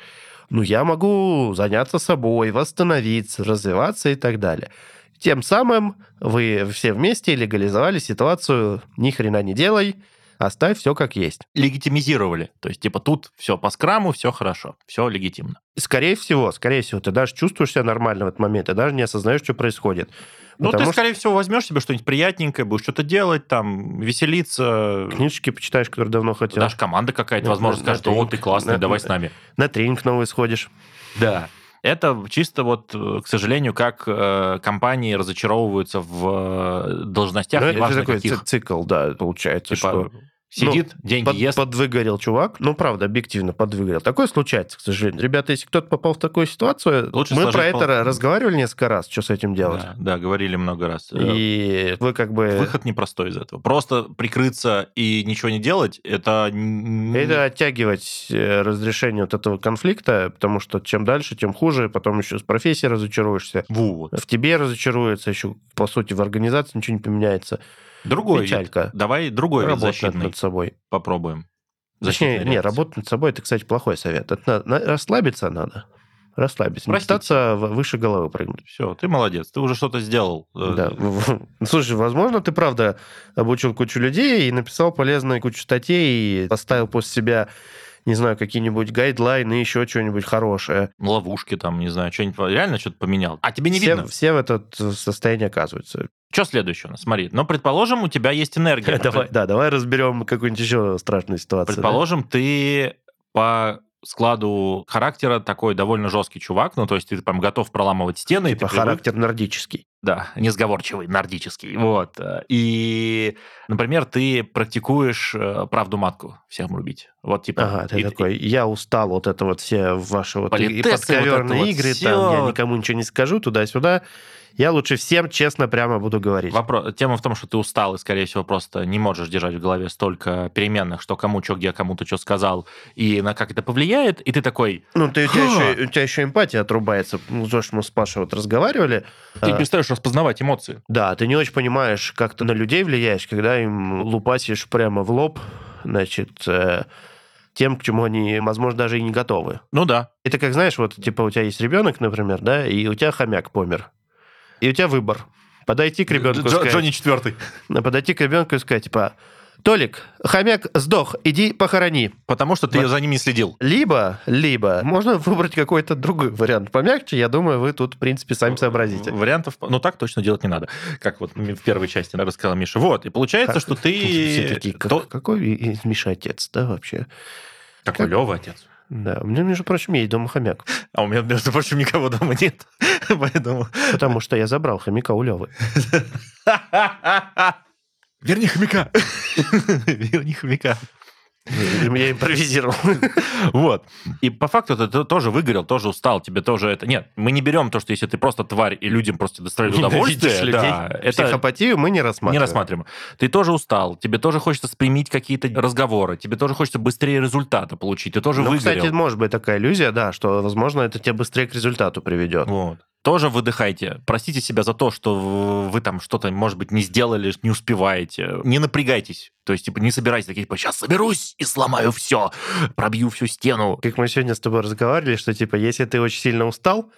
ну, я могу заняться собой, восстановиться, развиваться и так далее. Тем самым вы все вместе легализовали ситуацию «ни хрена не делай, оставь все как есть».
Легитимизировали. То есть, типа, тут все по скраму, все хорошо, все легитимно.
И, Скорее всего, скорее всего, ты даже чувствуешь себя нормально в этот момент, ты даже не осознаешь, что происходит.
Ну, ты,
Потому что
скорее всего, возьмешь себе что-нибудь приятненькое, будешь что-то делать, там, веселиться.
книжечки почитаешь, которые давно хотел,
Даже команда какая-то,
На-
возможно,
на-
скажет,
на
о,
тренинг.
ты классный,
На-
давай с нами.
на тренинг новый сходишь.
Да. Это чисто вот, э, к сожалению, как э, компании разочаровываются в э, должностях,
Ну, это
неважно
такой
каких.
ци- цикл, да, получается, что
Типа, сидит, деньги
ну, под-
ест,
подвыгорел чувак. Ну, правда, объективно подвыгорел. Такое случается, к сожалению. Ребята, если кто-то попал в такую ситуацию,
Лучше
мы
сложить
про это
пол-
разговаривали несколько раз, что с этим делать.
Да, да, говорили много раз. Э,
И вы как бы...
Выход непростой из этого. Просто прикрыться и ничего не делать, это... н-
Это оттягивать э, разрешение вот этого конфликта, потому что чем дальше, тем хуже, потом еще с профессией разочаруешься,
Вот.
в тебе разочаруется еще, по сути, в организации ничего не поменяется.
Другой вид.
Печалька.
Давай другой вид
Работать
защитный
над собой.
попробуем.
Точнее,
Защитный
не,
ряд.
работать над собой, это, кстати, плохой совет. Это на- на- расслабиться надо. Расслабиться. Не
Простите.
пытаться в- выше головы прыгнуть.
Все, ты молодец, ты уже что-то сделал. Э,
Да. Слушай, возможно, ты правда обучил кучу людей и написал полезную кучу статей, и поставил после себя, не знаю, какие-нибудь гайдлайны, еще что-нибудь хорошее.
Ловушки там, не знаю, что-нибудь, реально что-то поменял. А тебе не
все,
видно?
все в это состояние оказываются.
Что следующее у нас? Смотри, но предположим, у тебя есть энергия.
Давай, да, давай разберем какую-нибудь еще страшную ситуацию. да?
Предположим, ты по складу характера такой довольно жесткий чувак, ну, то есть ты там готов проламывать стены. и
Типа
ты привык-
характер нордический.
Да, несговорчивый, нордический. Вот. э, И, например, ты практикуешь э, правду матку всем рубить. Вот типа...
Ага, ты
и-
такой, я устал вот это вот все ваши вот и- и
Политесы, вот это
подковерные
вот
игры,
всё.
там, я никому ничего не скажу, туда-сюда. Я лучше всем честно прямо буду говорить.
Вопрос, тема в том, что ты устал и, скорее всего, просто не можешь держать в голове столько переменных, что кому что где кому-то что сказал и на как это повлияет, и ты такой...
Ну, ты, у, тебя
Ха!
еще, у тебя еще эмпатия отрубается. Ну, то, что мы с Пашей вот разговаривали.
Ты
А,
перестаешь распознавать эмоции.
Да, ты не очень понимаешь, как ты на людей влияешь, когда им лупасишь прямо в лоб, значит, э, тем, к чему они, возможно, даже и не готовы.
Ну да.
Это как, знаешь, вот, типа, у тебя есть ребенок, например, да, и у тебя хомяк помер. И у тебя выбор. Подойти к ребенку и
Джо-
сказать...
Джонни четвертый.
Ну, Подойти к ребенку и сказать, типа, Толик, хомяк сдох, иди похорони.
Потому что ты
Вот.
за ним не следил.
Либо, либо, можно выбрать какой-то другой вариант помягче, я думаю, вы тут, в принципе, сами сообразите.
Вариантов... Ну так точно делать не надо. Как вот в первой части рассказал Миша. Вот, и получается,
Как-
что
Все
ты...
такие, как-
То-
какой и- и Миша отец, да, вообще?
Какой Лева отец.
Да, у меня, между прочим, есть дома хомяк,
А у меня, между прочим, никого дома нет. Поэтому...
потому что я забрал хомяка у Левы.
Верни хомяка. Верни хомяка.
Я импровизировал.
Вот. И по факту ты, т- тоже выгорел, тоже устал, тебе тоже это... Нет, мы не берем то, что если ты просто тварь, и людям просто доставляет
Ненавидишь
удовольствие,
людей.
да, это
Психопатию мы не рассматриваем.
не рассматриваем. Ты тоже устал, тебе тоже хочется спрямить какие-то разговоры, тебе тоже хочется быстрее результата получить, ты тоже
Ну,
выгорел.
кстати, может быть такая иллюзия, да, что, возможно, это тебя быстрее к результату приведет.
Вот. Тоже выдыхайте. Простите себя за то, что вы там что-то, может быть, не сделали, не успеваете. Не напрягайтесь. То есть, типа, не собирайтесь такие, типа, сейчас соберусь и сломаю все, пробью всю стену.
Как мы сегодня с тобой разговаривали, что, типа, если ты очень сильно устал...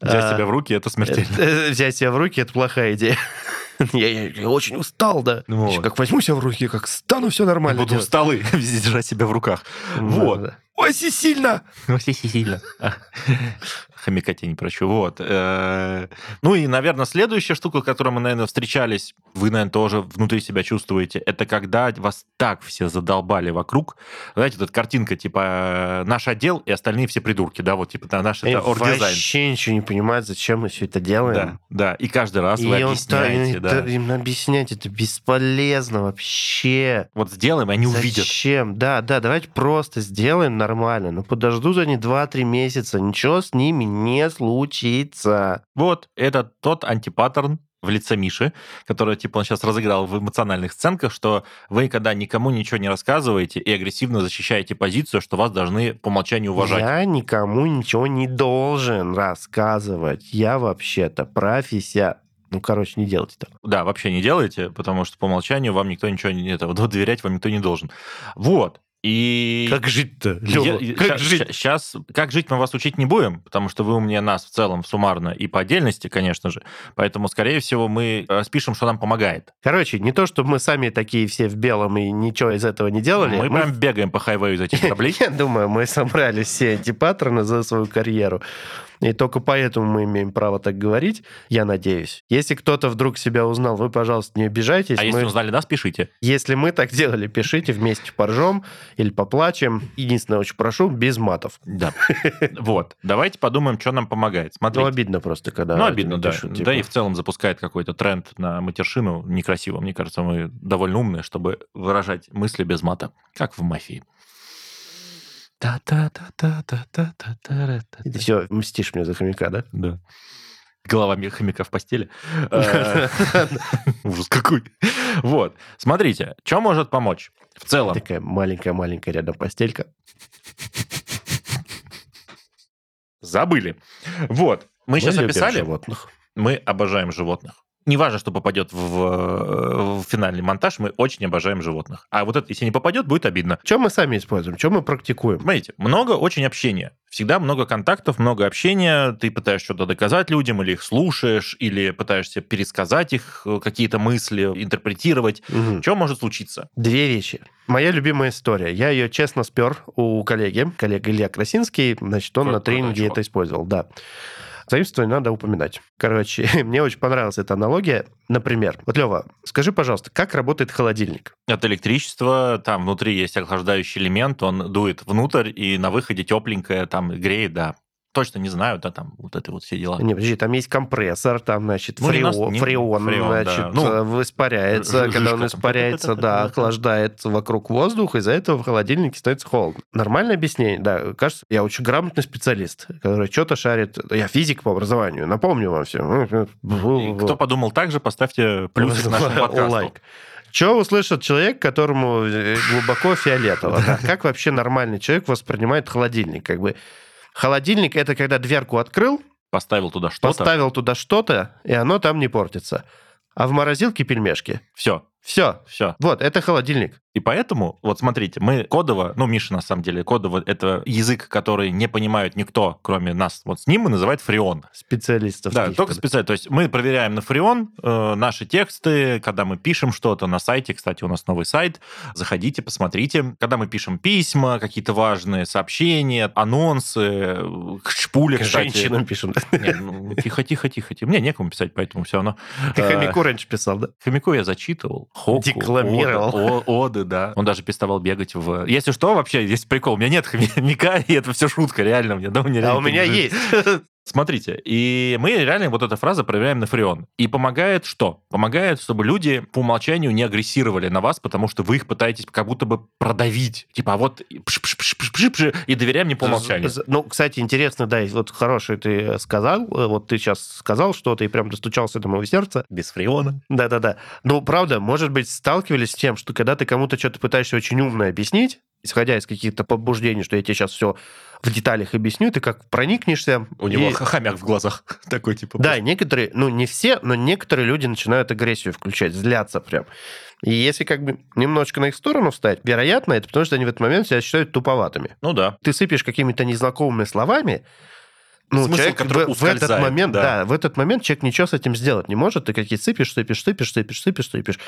а,
Взять себя в руки, это смертельно.
э, э, Взять себя в руки — это плохая идея. Я, я- я очень устал, да.
Вот.
Ещё Как возьму себя в руки, как стану, все нормально.
Буду
делать.
усталы везде держать себя в руках. Вот.
Да, да.
Оси сильно! Оси сильно. Хомяка тебя не прощу. Вот. Э, Ну и, наверное, следующая штука, которую мы, наверное, встречались, вы, наверное, тоже внутри себя чувствуете, это когда вас так все задолбали вокруг. Знаете, тут картинка, типа, э, наш отдел и остальные все придурки, да, вот, типа, да, наш
Они
это оргдизайн.
вообще ничего не понимают, зачем мы все это делаем.
Да, да, и каждый раз вы
И он та-
объясняете,
и
да.
та- Им объяснять это бесполезно вообще.
Вот сделаем, и они увидят.
Зачем? Да, да, давайте просто сделаем нормально. Ну, подождут они 2-3 месяца, ничего с ними не случится.
Вот, это тот антипаттерн в лице Миши, который, типа, он сейчас разыграл в эмоциональных сценках, что вы, когда никому ничего не рассказываете и агрессивно защищаете позицию, что вас должны по умолчанию уважать.
Я никому ничего не должен рассказывать. Я вообще-то профессия. Ну, короче, не делайте так.
Да, вообще не делайте, потому что по умолчанию вам никто ничего не... Это, вот доверять вам никто не должен. Вот. И...
Как жить-то, Лёва?
Как
Как жить?
Сейчас, как жить мы вас учить не будем, потому что вы умнее нас в целом суммарно и по отдельности, конечно же. Поэтому, скорее всего, мы распишем, что нам помогает.
Короче, не то, чтобы мы сами такие все в белом и ничего из этого не делали.
мы,
Мы
прям бегаем по хайвею из этих таблиц.
Я думаю, мы собрали все эти паттерны за свою карьеру. И только поэтому мы имеем право так говорить, я надеюсь. Если кто-то вдруг себя узнал, вы, пожалуйста, не обижайтесь.
А если
Мы-
узнали нас, пишите.
если мы так делали, пишите вместе поржем или поплачем. Единственное, очень прошу, без матов.
Да. Вот. Давайте подумаем, что нам помогает.
Ну,
Смотрите.
обидно просто, когда...
Ну,
люди
обидно, да.
пишут,
Да и
типа,
в целом запускает какой-то тренд на матершину некрасиво. Мне кажется, мы довольно умные, чтобы выражать мысли без мата, как в мафии. Та-та-та-та-та-та-та-та-та-та.
«Ты Все, мстишь мне за хомяка, да?
Да. Голова ми- хомяка в постели. Э, Ужас какой. Вот. Смотрите, что может помочь в целом?
Такая маленькая-маленькая рядом постелька.
Забыли. Вот. Мы сейчас
Ну, любим
описали.
животных.
мы обожаем животных. Неважно, что попадет в, в финальный монтаж, мы очень обожаем животных. А вот это, если не попадет, будет обидно.
Что мы сами используем? Что мы практикуем?
Смотрите, много очень общения. Всегда много контактов, много общения. Ты пытаешься что-то доказать людям, или их слушаешь, или пытаешься пересказать их э, какие-то мысли, интерпретировать.
Мгм.
Что может случиться?
Две вещи. Моя любимая история. Я ее честно спер у коллеги. Коллега Илья Красинский, значит, он
Про-
на тренинге
продавчик.
это использовал, да. Заимствование надо упоминать. Короче, мне очень понравилась эта аналогия. Например, вот, Лева, скажи, пожалуйста, как работает холодильник?
От электричества, там внутри есть охлаждающий элемент, он дует внутрь, и на выходе тепленькое там греет, да. точно не знаю, да, там вот это вот все дела.
А Не, подожди, там есть компрессор, там, значит,
Ну, не
фреон,
нас- не-
фреон,
фреон, да.
значит,
Ну,
э, испаряется.
ж-
Когда
жижка
он
там.
испаряется, да, охлаждается вокруг воздух, из-за этого в холодильнике становится холодно. Нормальное объяснение, да. Кажется, я очень грамотный специалист, который что-то шарит. Я физик по образованию, напомню вам Ну, все.
И кто подумал так же, поставьте плюс к нашему подкасту.
Лайк. Что услышит человек, которому э, глубоко фиолетово? Да, Как вообще нормальный человек воспринимает холодильник? Как бы холодильник это когда дверку открыл,
Поставил туда что-то.
поставил туда что-то, и оно там не портится. А в морозилке пельмешки.
Все,
Все.
все.
Вот, это холодильник.
И поэтому, вот смотрите, мы кодово, ну, Миша, на самом деле, кодово — это язык, который не понимает никто, кроме нас. Вот с ним и называют фреон.
Специалистов.
Да,
каких-то.
только специально. То есть мы проверяем на Фреон э, наши тексты, когда мы пишем что-то на сайте. Кстати, у нас новый сайт. Заходите, посмотрите. Когда мы пишем письма, какие-то важные сообщения, анонсы, э, к шпуле,
К
кстати.
женщинам пишем.
Не, ну, Тихо, тихо, тихо, тихо. Мне некому писать, поэтому все равно.
Ты
Э,
хомяку раньше писал, да?
Хомяку я зачитывал. Хоку,
Декламировал.
Оды, о- оды, да. Он даже переставал бегать в... Если что, вообще, есть прикол. У меня нет хомяка, и это все шутка, реально. У меня, да, у меня,
А
реально
у меня
таких же-
есть.
Смотрите, и мы реально вот эта фраза проверяем на фреон. И помогает что? Помогает, чтобы люди по умолчанию не агрессировали на вас, потому что вы их пытаетесь как будто бы продавить. Типа, а вот и пш- пш- пш- пш- пш- пш, и доверяем не по умолчанию.
З- Ну, кстати, интересно, да, и вот хороший ты сказал, э, вот ты сейчас сказал что-то и прям достучался до моего сердца.
Без фреона.
Да-да-да. Ну, правда, может быть, сталкивались с тем, что когда ты кому-то что-то пытаешься очень умно объяснить, исходя из каких-то побуждений, что я тебе сейчас все в деталях объясню, ты как проникнешься.
У него
и-
х- хомяк в глазах такой, типа.
Да, некоторые, ну не все, но некоторые люди начинают агрессию включать, злятся прям. И если как бы немножечко на их сторону встать, вероятно, это потому, что они в этот момент себя считают туповатыми
Ну да.
ты сыпешь какими-то незнакомыми словами, ну,
Смысл,
человек
который
в, в этот
ускользает,
момент,
да.
да. в этот момент человек ничего с этим сделать не может. Ты какие сыпешь, сыпешь, сыпешь, сыпешь, сыпешь, сыпешь.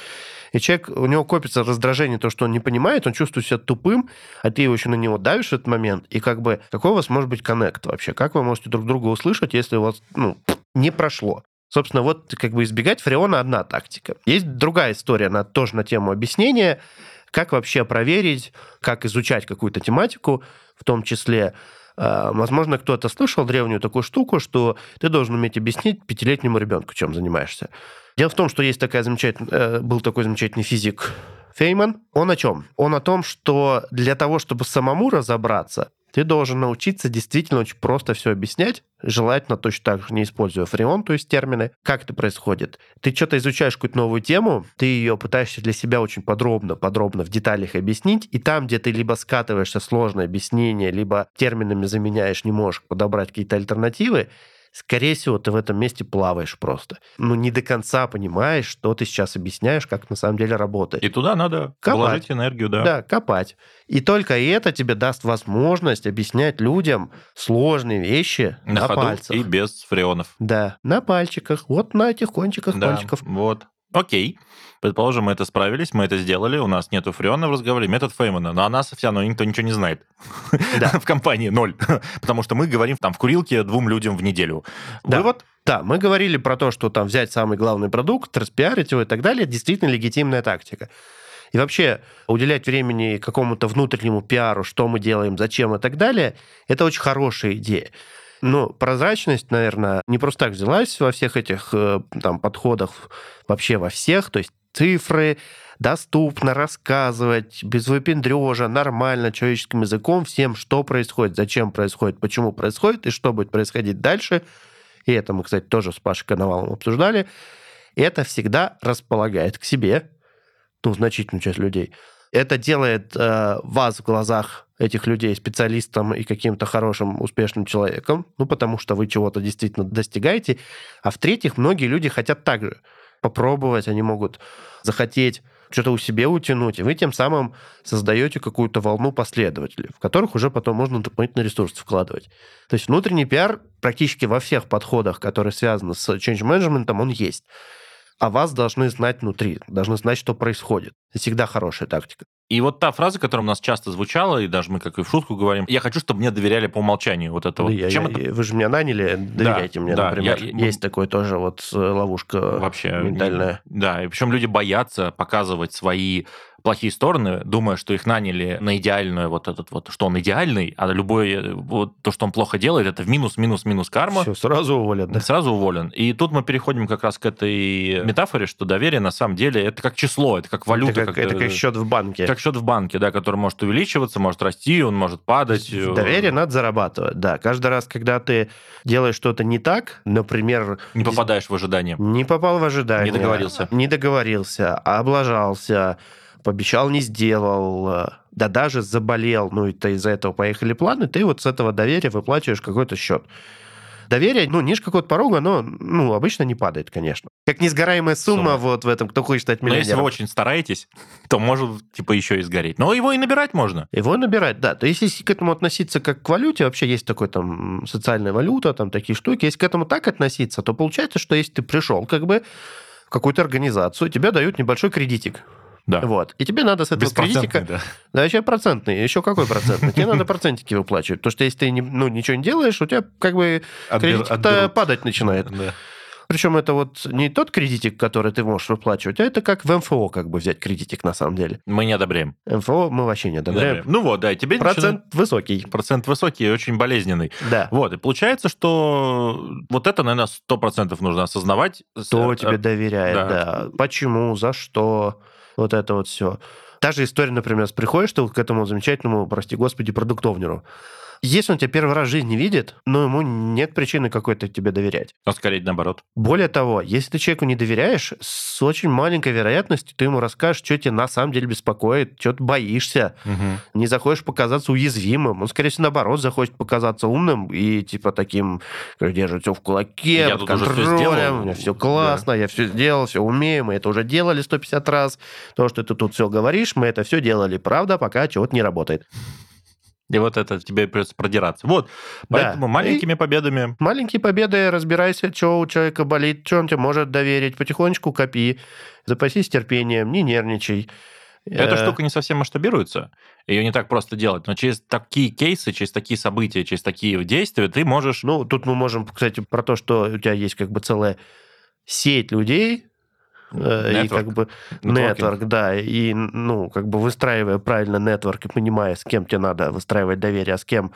И человек, у него копится раздражение, то, что он не понимает, он чувствует себя тупым, а ты его еще на него давишь в этот момент. И как бы, какой у вас может быть коннект вообще? Как вы можете друг друга услышать, если у вас, ну, не прошло? Собственно, вот как бы избегать фреона одна тактика. Есть другая история, она тоже на тему объяснения, как вообще проверить, как изучать какую-то тематику, в том числе, э, возможно, кто-то слышал древнюю такую штуку, что ты должен уметь объяснить пятилетнему ребенку, чем занимаешься. Дело в том, что есть такая замечательная, э, был такой замечательный физик Фейман. Он о чем? Он о том, что для того, чтобы самому разобраться, ты должен научиться действительно очень просто все объяснять, желательно точно так же, не используя фреон, то есть термины. Как это происходит? Ты что-то изучаешь какую-то новую тему, ты ее пытаешься для себя очень подробно, подробно в деталях объяснить, и там, где ты либо скатываешься в сложное объяснение, либо терминами заменяешь, не можешь подобрать какие-то альтернативы, скорее всего, ты в этом месте плаваешь просто. Ну, не до конца понимаешь, что ты сейчас объясняешь, как на самом деле работает.
И туда надо
Копать.
положить энергию, да.
Да, копать. И только это тебе даст возможность объяснять людям сложные вещи на,
На ходу
пальцах.
и без фреонов.
Да, на пальчиках, вот на этих кончиках
Да,
пальчиков.
Вот. Окей. Предположим, мы это справились, мы это сделали, у нас нету фреона в разговоре, метод Феймана. Но о нас все равно никто ничего не знает.
Да.
В компании ноль. Потому что мы говорим там в курилке двум людям в неделю.
Да.
Вывод?
Да, мы говорили про то, что там взять самый главный продукт, распиарить его и так далее, это действительно легитимная тактика. И вообще уделять времени какому-то внутреннему пиару, что мы делаем, зачем и так далее, это очень хорошая идея. Но прозрачность, наверное, не просто так взялась во всех этих э, там подходах, вообще во всех, то есть цифры, доступно рассказывать, без выпендрежа, нормально, человеческим языком, всем, что происходит, зачем происходит, почему происходит и что будет происходить дальше. И это мы, кстати, тоже с Пашей Коновалом обсуждали. Это всегда располагает к себе, ну, значительную часть людей. Это делает э, вас в глазах этих людей специалистом и каким-то хорошим, успешным человеком, ну, потому что вы чего-то действительно достигаете. А в-третьих, многие люди хотят также попробовать, они могут захотеть что-то у себя утянуть, и вы тем самым создаете какую-то волну последователей, в которых уже потом можно дополнительные ресурсы вкладывать. То есть внутренний пиар практически во всех подходах, которые связаны с change management, он есть. А вас должны знать внутри, должны знать, что происходит. Это всегда хорошая тактика.
И вот та фраза, которая у нас часто звучала, и даже мы как и в шутку говорим, я хочу, чтобы мне доверяли по умолчанию. Вот это
Да
вот.
я-
Чем
я-
это
Вы же меня наняли, э, доверяйте мне,
да,
например.
я- я-
Есть такое тоже вот э, ловушка
вообще
ментальная.
Да, и причем люди боятся показывать свои плохие стороны, думая, что их наняли на идеальную вот этот вот, что он идеальный, а любое вот то, что он плохо делает, это в минус, минус, минус карма.
Все, сразу уволят, да?
Сразу уволен. И тут мы переходим как раз к этой метафоре, что доверие на самом деле это как число, это как валюта.
это, как, это как счет в банке.
как счет в банке, да, который может увеличиваться, может расти, он может падать. э,
Доверие надо зарабатывать, да. Каждый раз, когда ты делаешь что-то не так, например,
Не попадаешь в ожидание.
не попал в ожидание,
Не договорился.
не договорился, облажался, пообещал, не сделал, э, да даже заболел, ну это из-за этого поехали планы, ты вот с этого доверия выплачиваешь какой-то счет. Доверие, ну, ниже какого-то порога, оно, ну, обычно не падает, конечно. Как несгораемая сумма,
Сумма.
вот в этом, кто хочет стать
Но если вы
миллионером.
очень стараетесь, то может, типа, еще и сгореть. Но его и набирать можно.
Его набирать, да. То есть, если к этому относиться как к валюте, вообще есть такой там социальная валюта, там такие штуки. Если к этому так относиться, то получается, что если ты пришел как бы в какую-то организацию, тебе дают небольшой кредитик.
Да.
Вот. И тебе надо с этого кредитика...
да.
Да, еще процентный. Еще какой процентный? Тебе надо процентики выплачивать. Потому что если ты не- ну, ничего не делаешь, у тебя как бы
Отбер-
кредитик-то
отберут.
падать начинает.
Да.
Причем это вот не тот кредитик, который ты можешь выплачивать, а это как в МФО как бы взять кредитик на самом деле.
Мы не одобряем.
МФО мы вообще не
Не
одобряем.
одобряем. Ну вот, да, и тебе начинают-
Э, Процент высокий.
процент высокий и очень болезненный.
Да.
Вот, и получается, что вот это, наверное, сто процентов нужно осознавать.
Кто
Э,
тебе
э,
доверяет, да.
да.
Почему, за что, вот это вот все. Та же история, например, с приходишь ты вот к этому замечательному, прости господи, продуктовнеру. Если он тебя первый раз в жизни видит, но ему нет причины какой-то тебе доверять.
а скорее наоборот.
Более того, если ты человеку не доверяешь, с очень маленькой вероятностью ты ему расскажешь, что тебя на самом деле беспокоит, что ты боишься, не захочешь показаться уязвимым. Он, скорее всего, наоборот, захочет показаться умным и, типа, таким, как держит все в кулаке,
Я
под
тут уже всё
контролем,
сделал.
у меня все классно, я все сделал, все умею, мы это уже делали 150 раз. То, что ты тут все говоришь, мы это все делали, правда, пока чего-то не работает.
И вот это тебе придется продираться. Вот, поэтому
Да.
маленькими победами.
Маленькие победы, разбирайся, что у человека болит, что он тебе может доверить, потихонечку копи, запасись терпением, не нервничай.
Эта
Э,
штука не совсем масштабируется, ее не так просто делать, но через такие кейсы, через такие события, через такие действия ты можешь...
Ну, тут мы можем, кстати, про то, что у тебя есть как бы целая сеть людей, э, и
Network.
как бы
Нетворкинг.
Нетворк, да. И, ну, как бы выстраивая правильно нетворк и понимая, с кем тебе надо выстраивать доверие, а с кем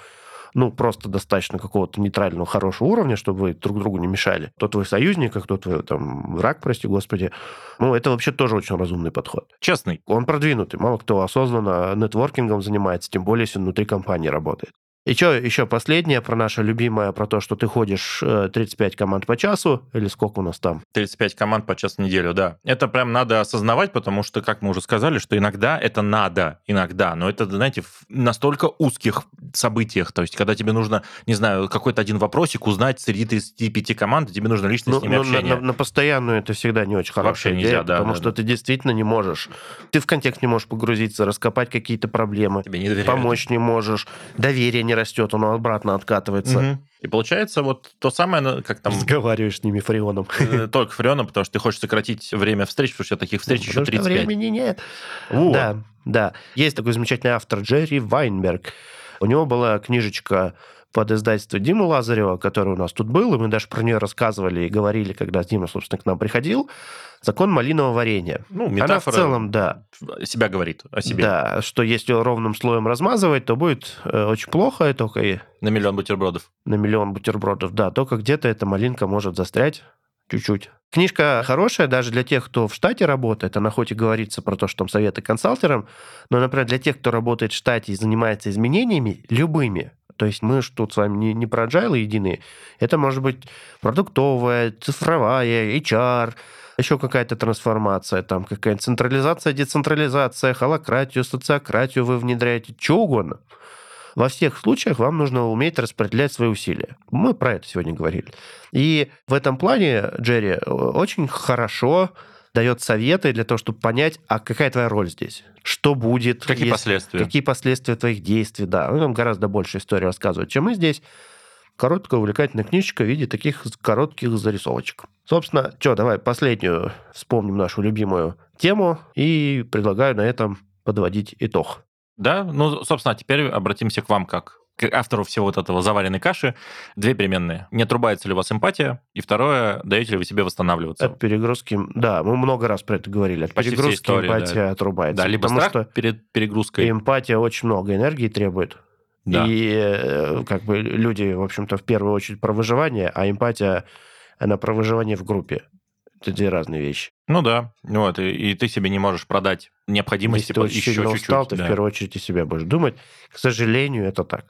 ну, просто достаточно какого-то нейтрального, хорошего уровня, чтобы вы друг другу не мешали. Кто твой союзник, а кто твой там, враг, прости господи. Ну, это вообще тоже очень разумный подход.
Честный.
Он продвинутый. Мало кто осознанно нетворкингом занимается, тем более, если внутри компании работает. И что еще последнее про наше любимое, про то, что ты ходишь э, 35 команд по часу, или сколько у нас там?
35 команд по час в неделю, да. Это прям надо осознавать, потому что, как мы уже сказали, что иногда это надо, иногда, но это, знаете, в настолько узких событиях, то есть когда тебе нужно, не знаю, какой-то один вопросик узнать среди 35 команд, и тебе нужно лично с ними
на,
общение.
Ну, на- на постоянную это всегда не очень хорошая
Вообще
идея,
нельзя, да,
потому
да,
что
да.
ты действительно не можешь. Ты в контекст не можешь погрузиться, раскопать какие-то проблемы,
Тебе не доверяют.
помочь не можешь, доверие не растет, оно обратно откатывается.
Мгм. И получается вот то самое, ну, как там...
Разговариваешь с ними фреоном.
э, Только Фреона, потому что ты хочешь сократить время встреч, потому что таких встреч еще
Ну, Потому что
35.
времени нет.
Вот.
Да, да. Есть такой замечательный автор Джерри Вайнберг. У него была книжечка под издательство Димы Лазарева, который у нас тут был, и мы даже про нее рассказывали и говорили, когда Дима, собственно, к нам приходил. «Закон малинового варенья».
Ну,
Она в
метафора э,
целом, да,
себя говорит о себе.
Да, что если ровным слоем размазывать, то будет э, очень плохо, и только и
На миллион бутербродов.
на миллион бутербродов. Да, только где-то эта малинка может застрять чуть-чуть. Книжка хорошая даже для тех, кто в штате работает. Она хоть и говорится про то, что там советы консалтерам, но, например, для тех, кто работает в штате и занимается изменениями, любыми, то есть мы ж тут с вами не, не про agile единые, это может быть продуктовая, цифровая, HR, еще какая-то трансформация, там какая-то централизация, децентрализация, холократию, социократию вы внедряете, что угодно. Во всех случаях вам нужно уметь распределять свои усилия. Мы про это сегодня говорили. И в этом плане, Джерри, очень хорошо дает советы для того, чтобы понять, а какая твоя роль здесь? Что будет?
Какие
если-
последствия?
Какие последствия твоих действий, да. Ну, там гораздо больше истории рассказывают, чем мы здесь. Короткая, увлекательная книжечка в виде таких коротких зарисовочек. Собственно, что, давай последнюю вспомним нашу любимую тему и предлагаю на этом подводить итог.
Да, ну, собственно, а теперь обратимся к вам как к автору всего вот этого заваренной каши две переменные. Не отрубается ли у вас эмпатия? И второе, даете ли вы себе восстанавливаться?
От перегрузки, да, мы много раз про это говорили. От
Почти все
перегрузки
истории,
эмпатия
да.
отрубается.
да, либо
потому
страх
что
перед перегрузкой.
эмпатия очень много энергии требует.
Да.
И э, как бы люди, в общем-то, в первую очередь про выживание, а эмпатия, она про выживание в группе. Это две разные вещи.
Ну да. Вот, и, и ты себе не можешь продать необходимость
Если ты
типа,
очень
еще
сильно
чуть-чуть.
устал, ты
да.
в первую очередь о себе будешь думать. К сожалению, это так.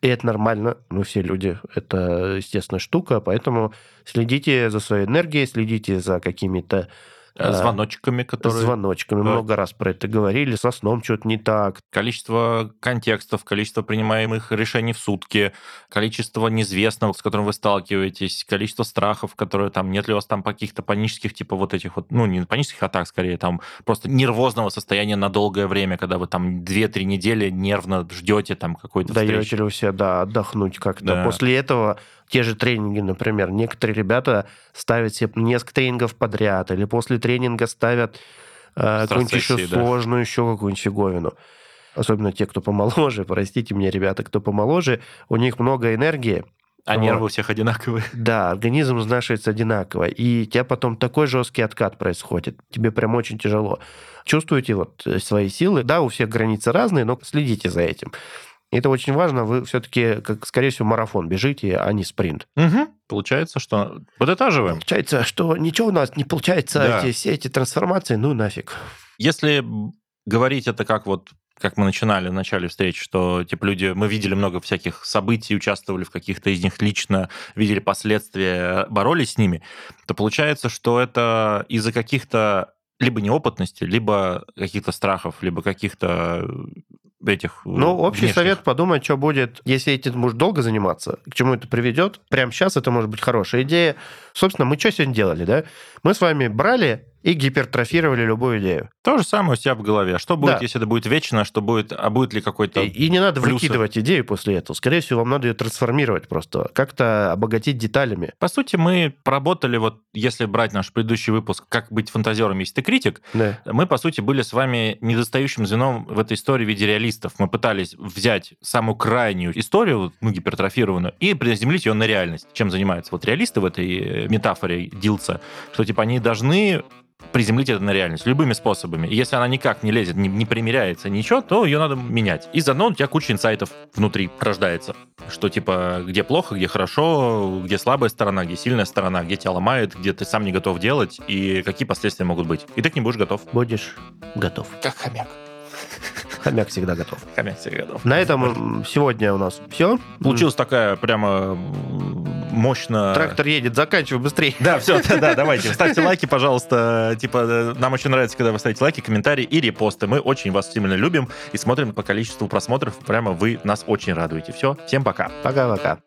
И это нормально, мы все люди, это естественная штука, поэтому следите за своей энергией, следите за какими-то
Э,
э,
Звоночками, которые...
звоночками.
Да.
Много раз про это говорили, со сном что-то не так,
Количество контекстов, количество принимаемых решений в сутки, количество неизвестного, с которым вы сталкиваетесь, количество страхов, которые там, нет ли у вас там каких-то панических, типа вот этих вот, ну, не панических атак, скорее, там просто нервозного состояния на долгое время, когда вы там 2-3 недели нервно ждете там какой-то встречи.
даете ли вы себе да, отдохнуть как-то.
Да.
После этого те же тренинги, например, некоторые ребята ставят себе несколько тренингов подряд, или после тренинга ставят э, какую-нибудь еще
Страцессии, да.
сложную, еще какую-нибудь фиговину. Особенно те, кто помоложе, простите меня, ребята, кто помоложе, у них много энергии,
А
Вот.
нервы у всех одинаковые.
да, организм изнашивается одинаково, и у тебя потом такой жесткий откат происходит, тебе прям очень тяжело. Чувствуете вот э, свои силы, да, у всех границы разные, но следите за этим. Это очень важно, вы все-таки, как, скорее всего, марафон бежите, а не спринт.
Мгм. Получается, что подытаживаем.
Получается, что ничего у нас не получается,
Да.
эти, все эти трансформации, ну нафиг.
Если говорить это как вот как мы начинали в начале встречи, что типа люди, мы видели много всяких событий, участвовали в каких-то из них лично, видели последствия, э, боролись с ними, то получается, что это из-за каких-то либо неопытности, либо каких-то страхов, либо каких-то э, этих... э,
Ну, общий
внешних.
совет подумать, что будет, если этим будешь долго заниматься, к чему это приведет. Прямо сейчас это может быть хорошая идея. Собственно, мы что сегодня делали, да? Мы с вами брали и гипертрофировали любую идею.
То же самое у себя в голове. Что
Да.
будет, если это будет вечно, что будет, а будет ли какой-то...
И, и не надо
плюсы.
выкидывать идею после этого. Скорее всего, вам надо ее трансформировать просто, как-то обогатить деталями.
По сути, мы поработали, вот если брать наш предыдущий выпуск «Как быть фантазером, если ты критик»,
Да.
мы, по сути, были с вами недостающим звеном в этой истории в виде реалистов. Мы пытались взять самую крайнюю историю, вот, ну, гипертрофированную, и приземлить ее на реальность. Чем занимаются вот реалисты в этой э, метафоре Дилца, что, типа, они должны приземлить это на реальность любыми способами. И если она никак не лезет, не, не примеряется, ничего, то ее надо менять. И заодно у тебя куча инсайтов внутри рождается. Что типа, где плохо, где хорошо, где слабая сторона, где сильная сторона, где тебя ломает, где ты сам не готов делать, и какие последствия могут быть. И ты к ним будешь готов.
Будешь готов.
Как хомяк.
Хомяк всегда готов.
Хомяк всегда готов.
На этом м, сегодня у нас все.
Получилась такая прямо м, мощно...
Трактор едет, заканчивай быстрее.
Да, все, да, да, давайте. Ставьте лайки, пожалуйста. Типа, э, нам очень нравится, когда вы ставите лайки, комментарии и репосты. Мы очень вас сильно любим и смотрим по количеству просмотров. Прямо вы нас очень радуете. Все, всем пока.
Пока-пока.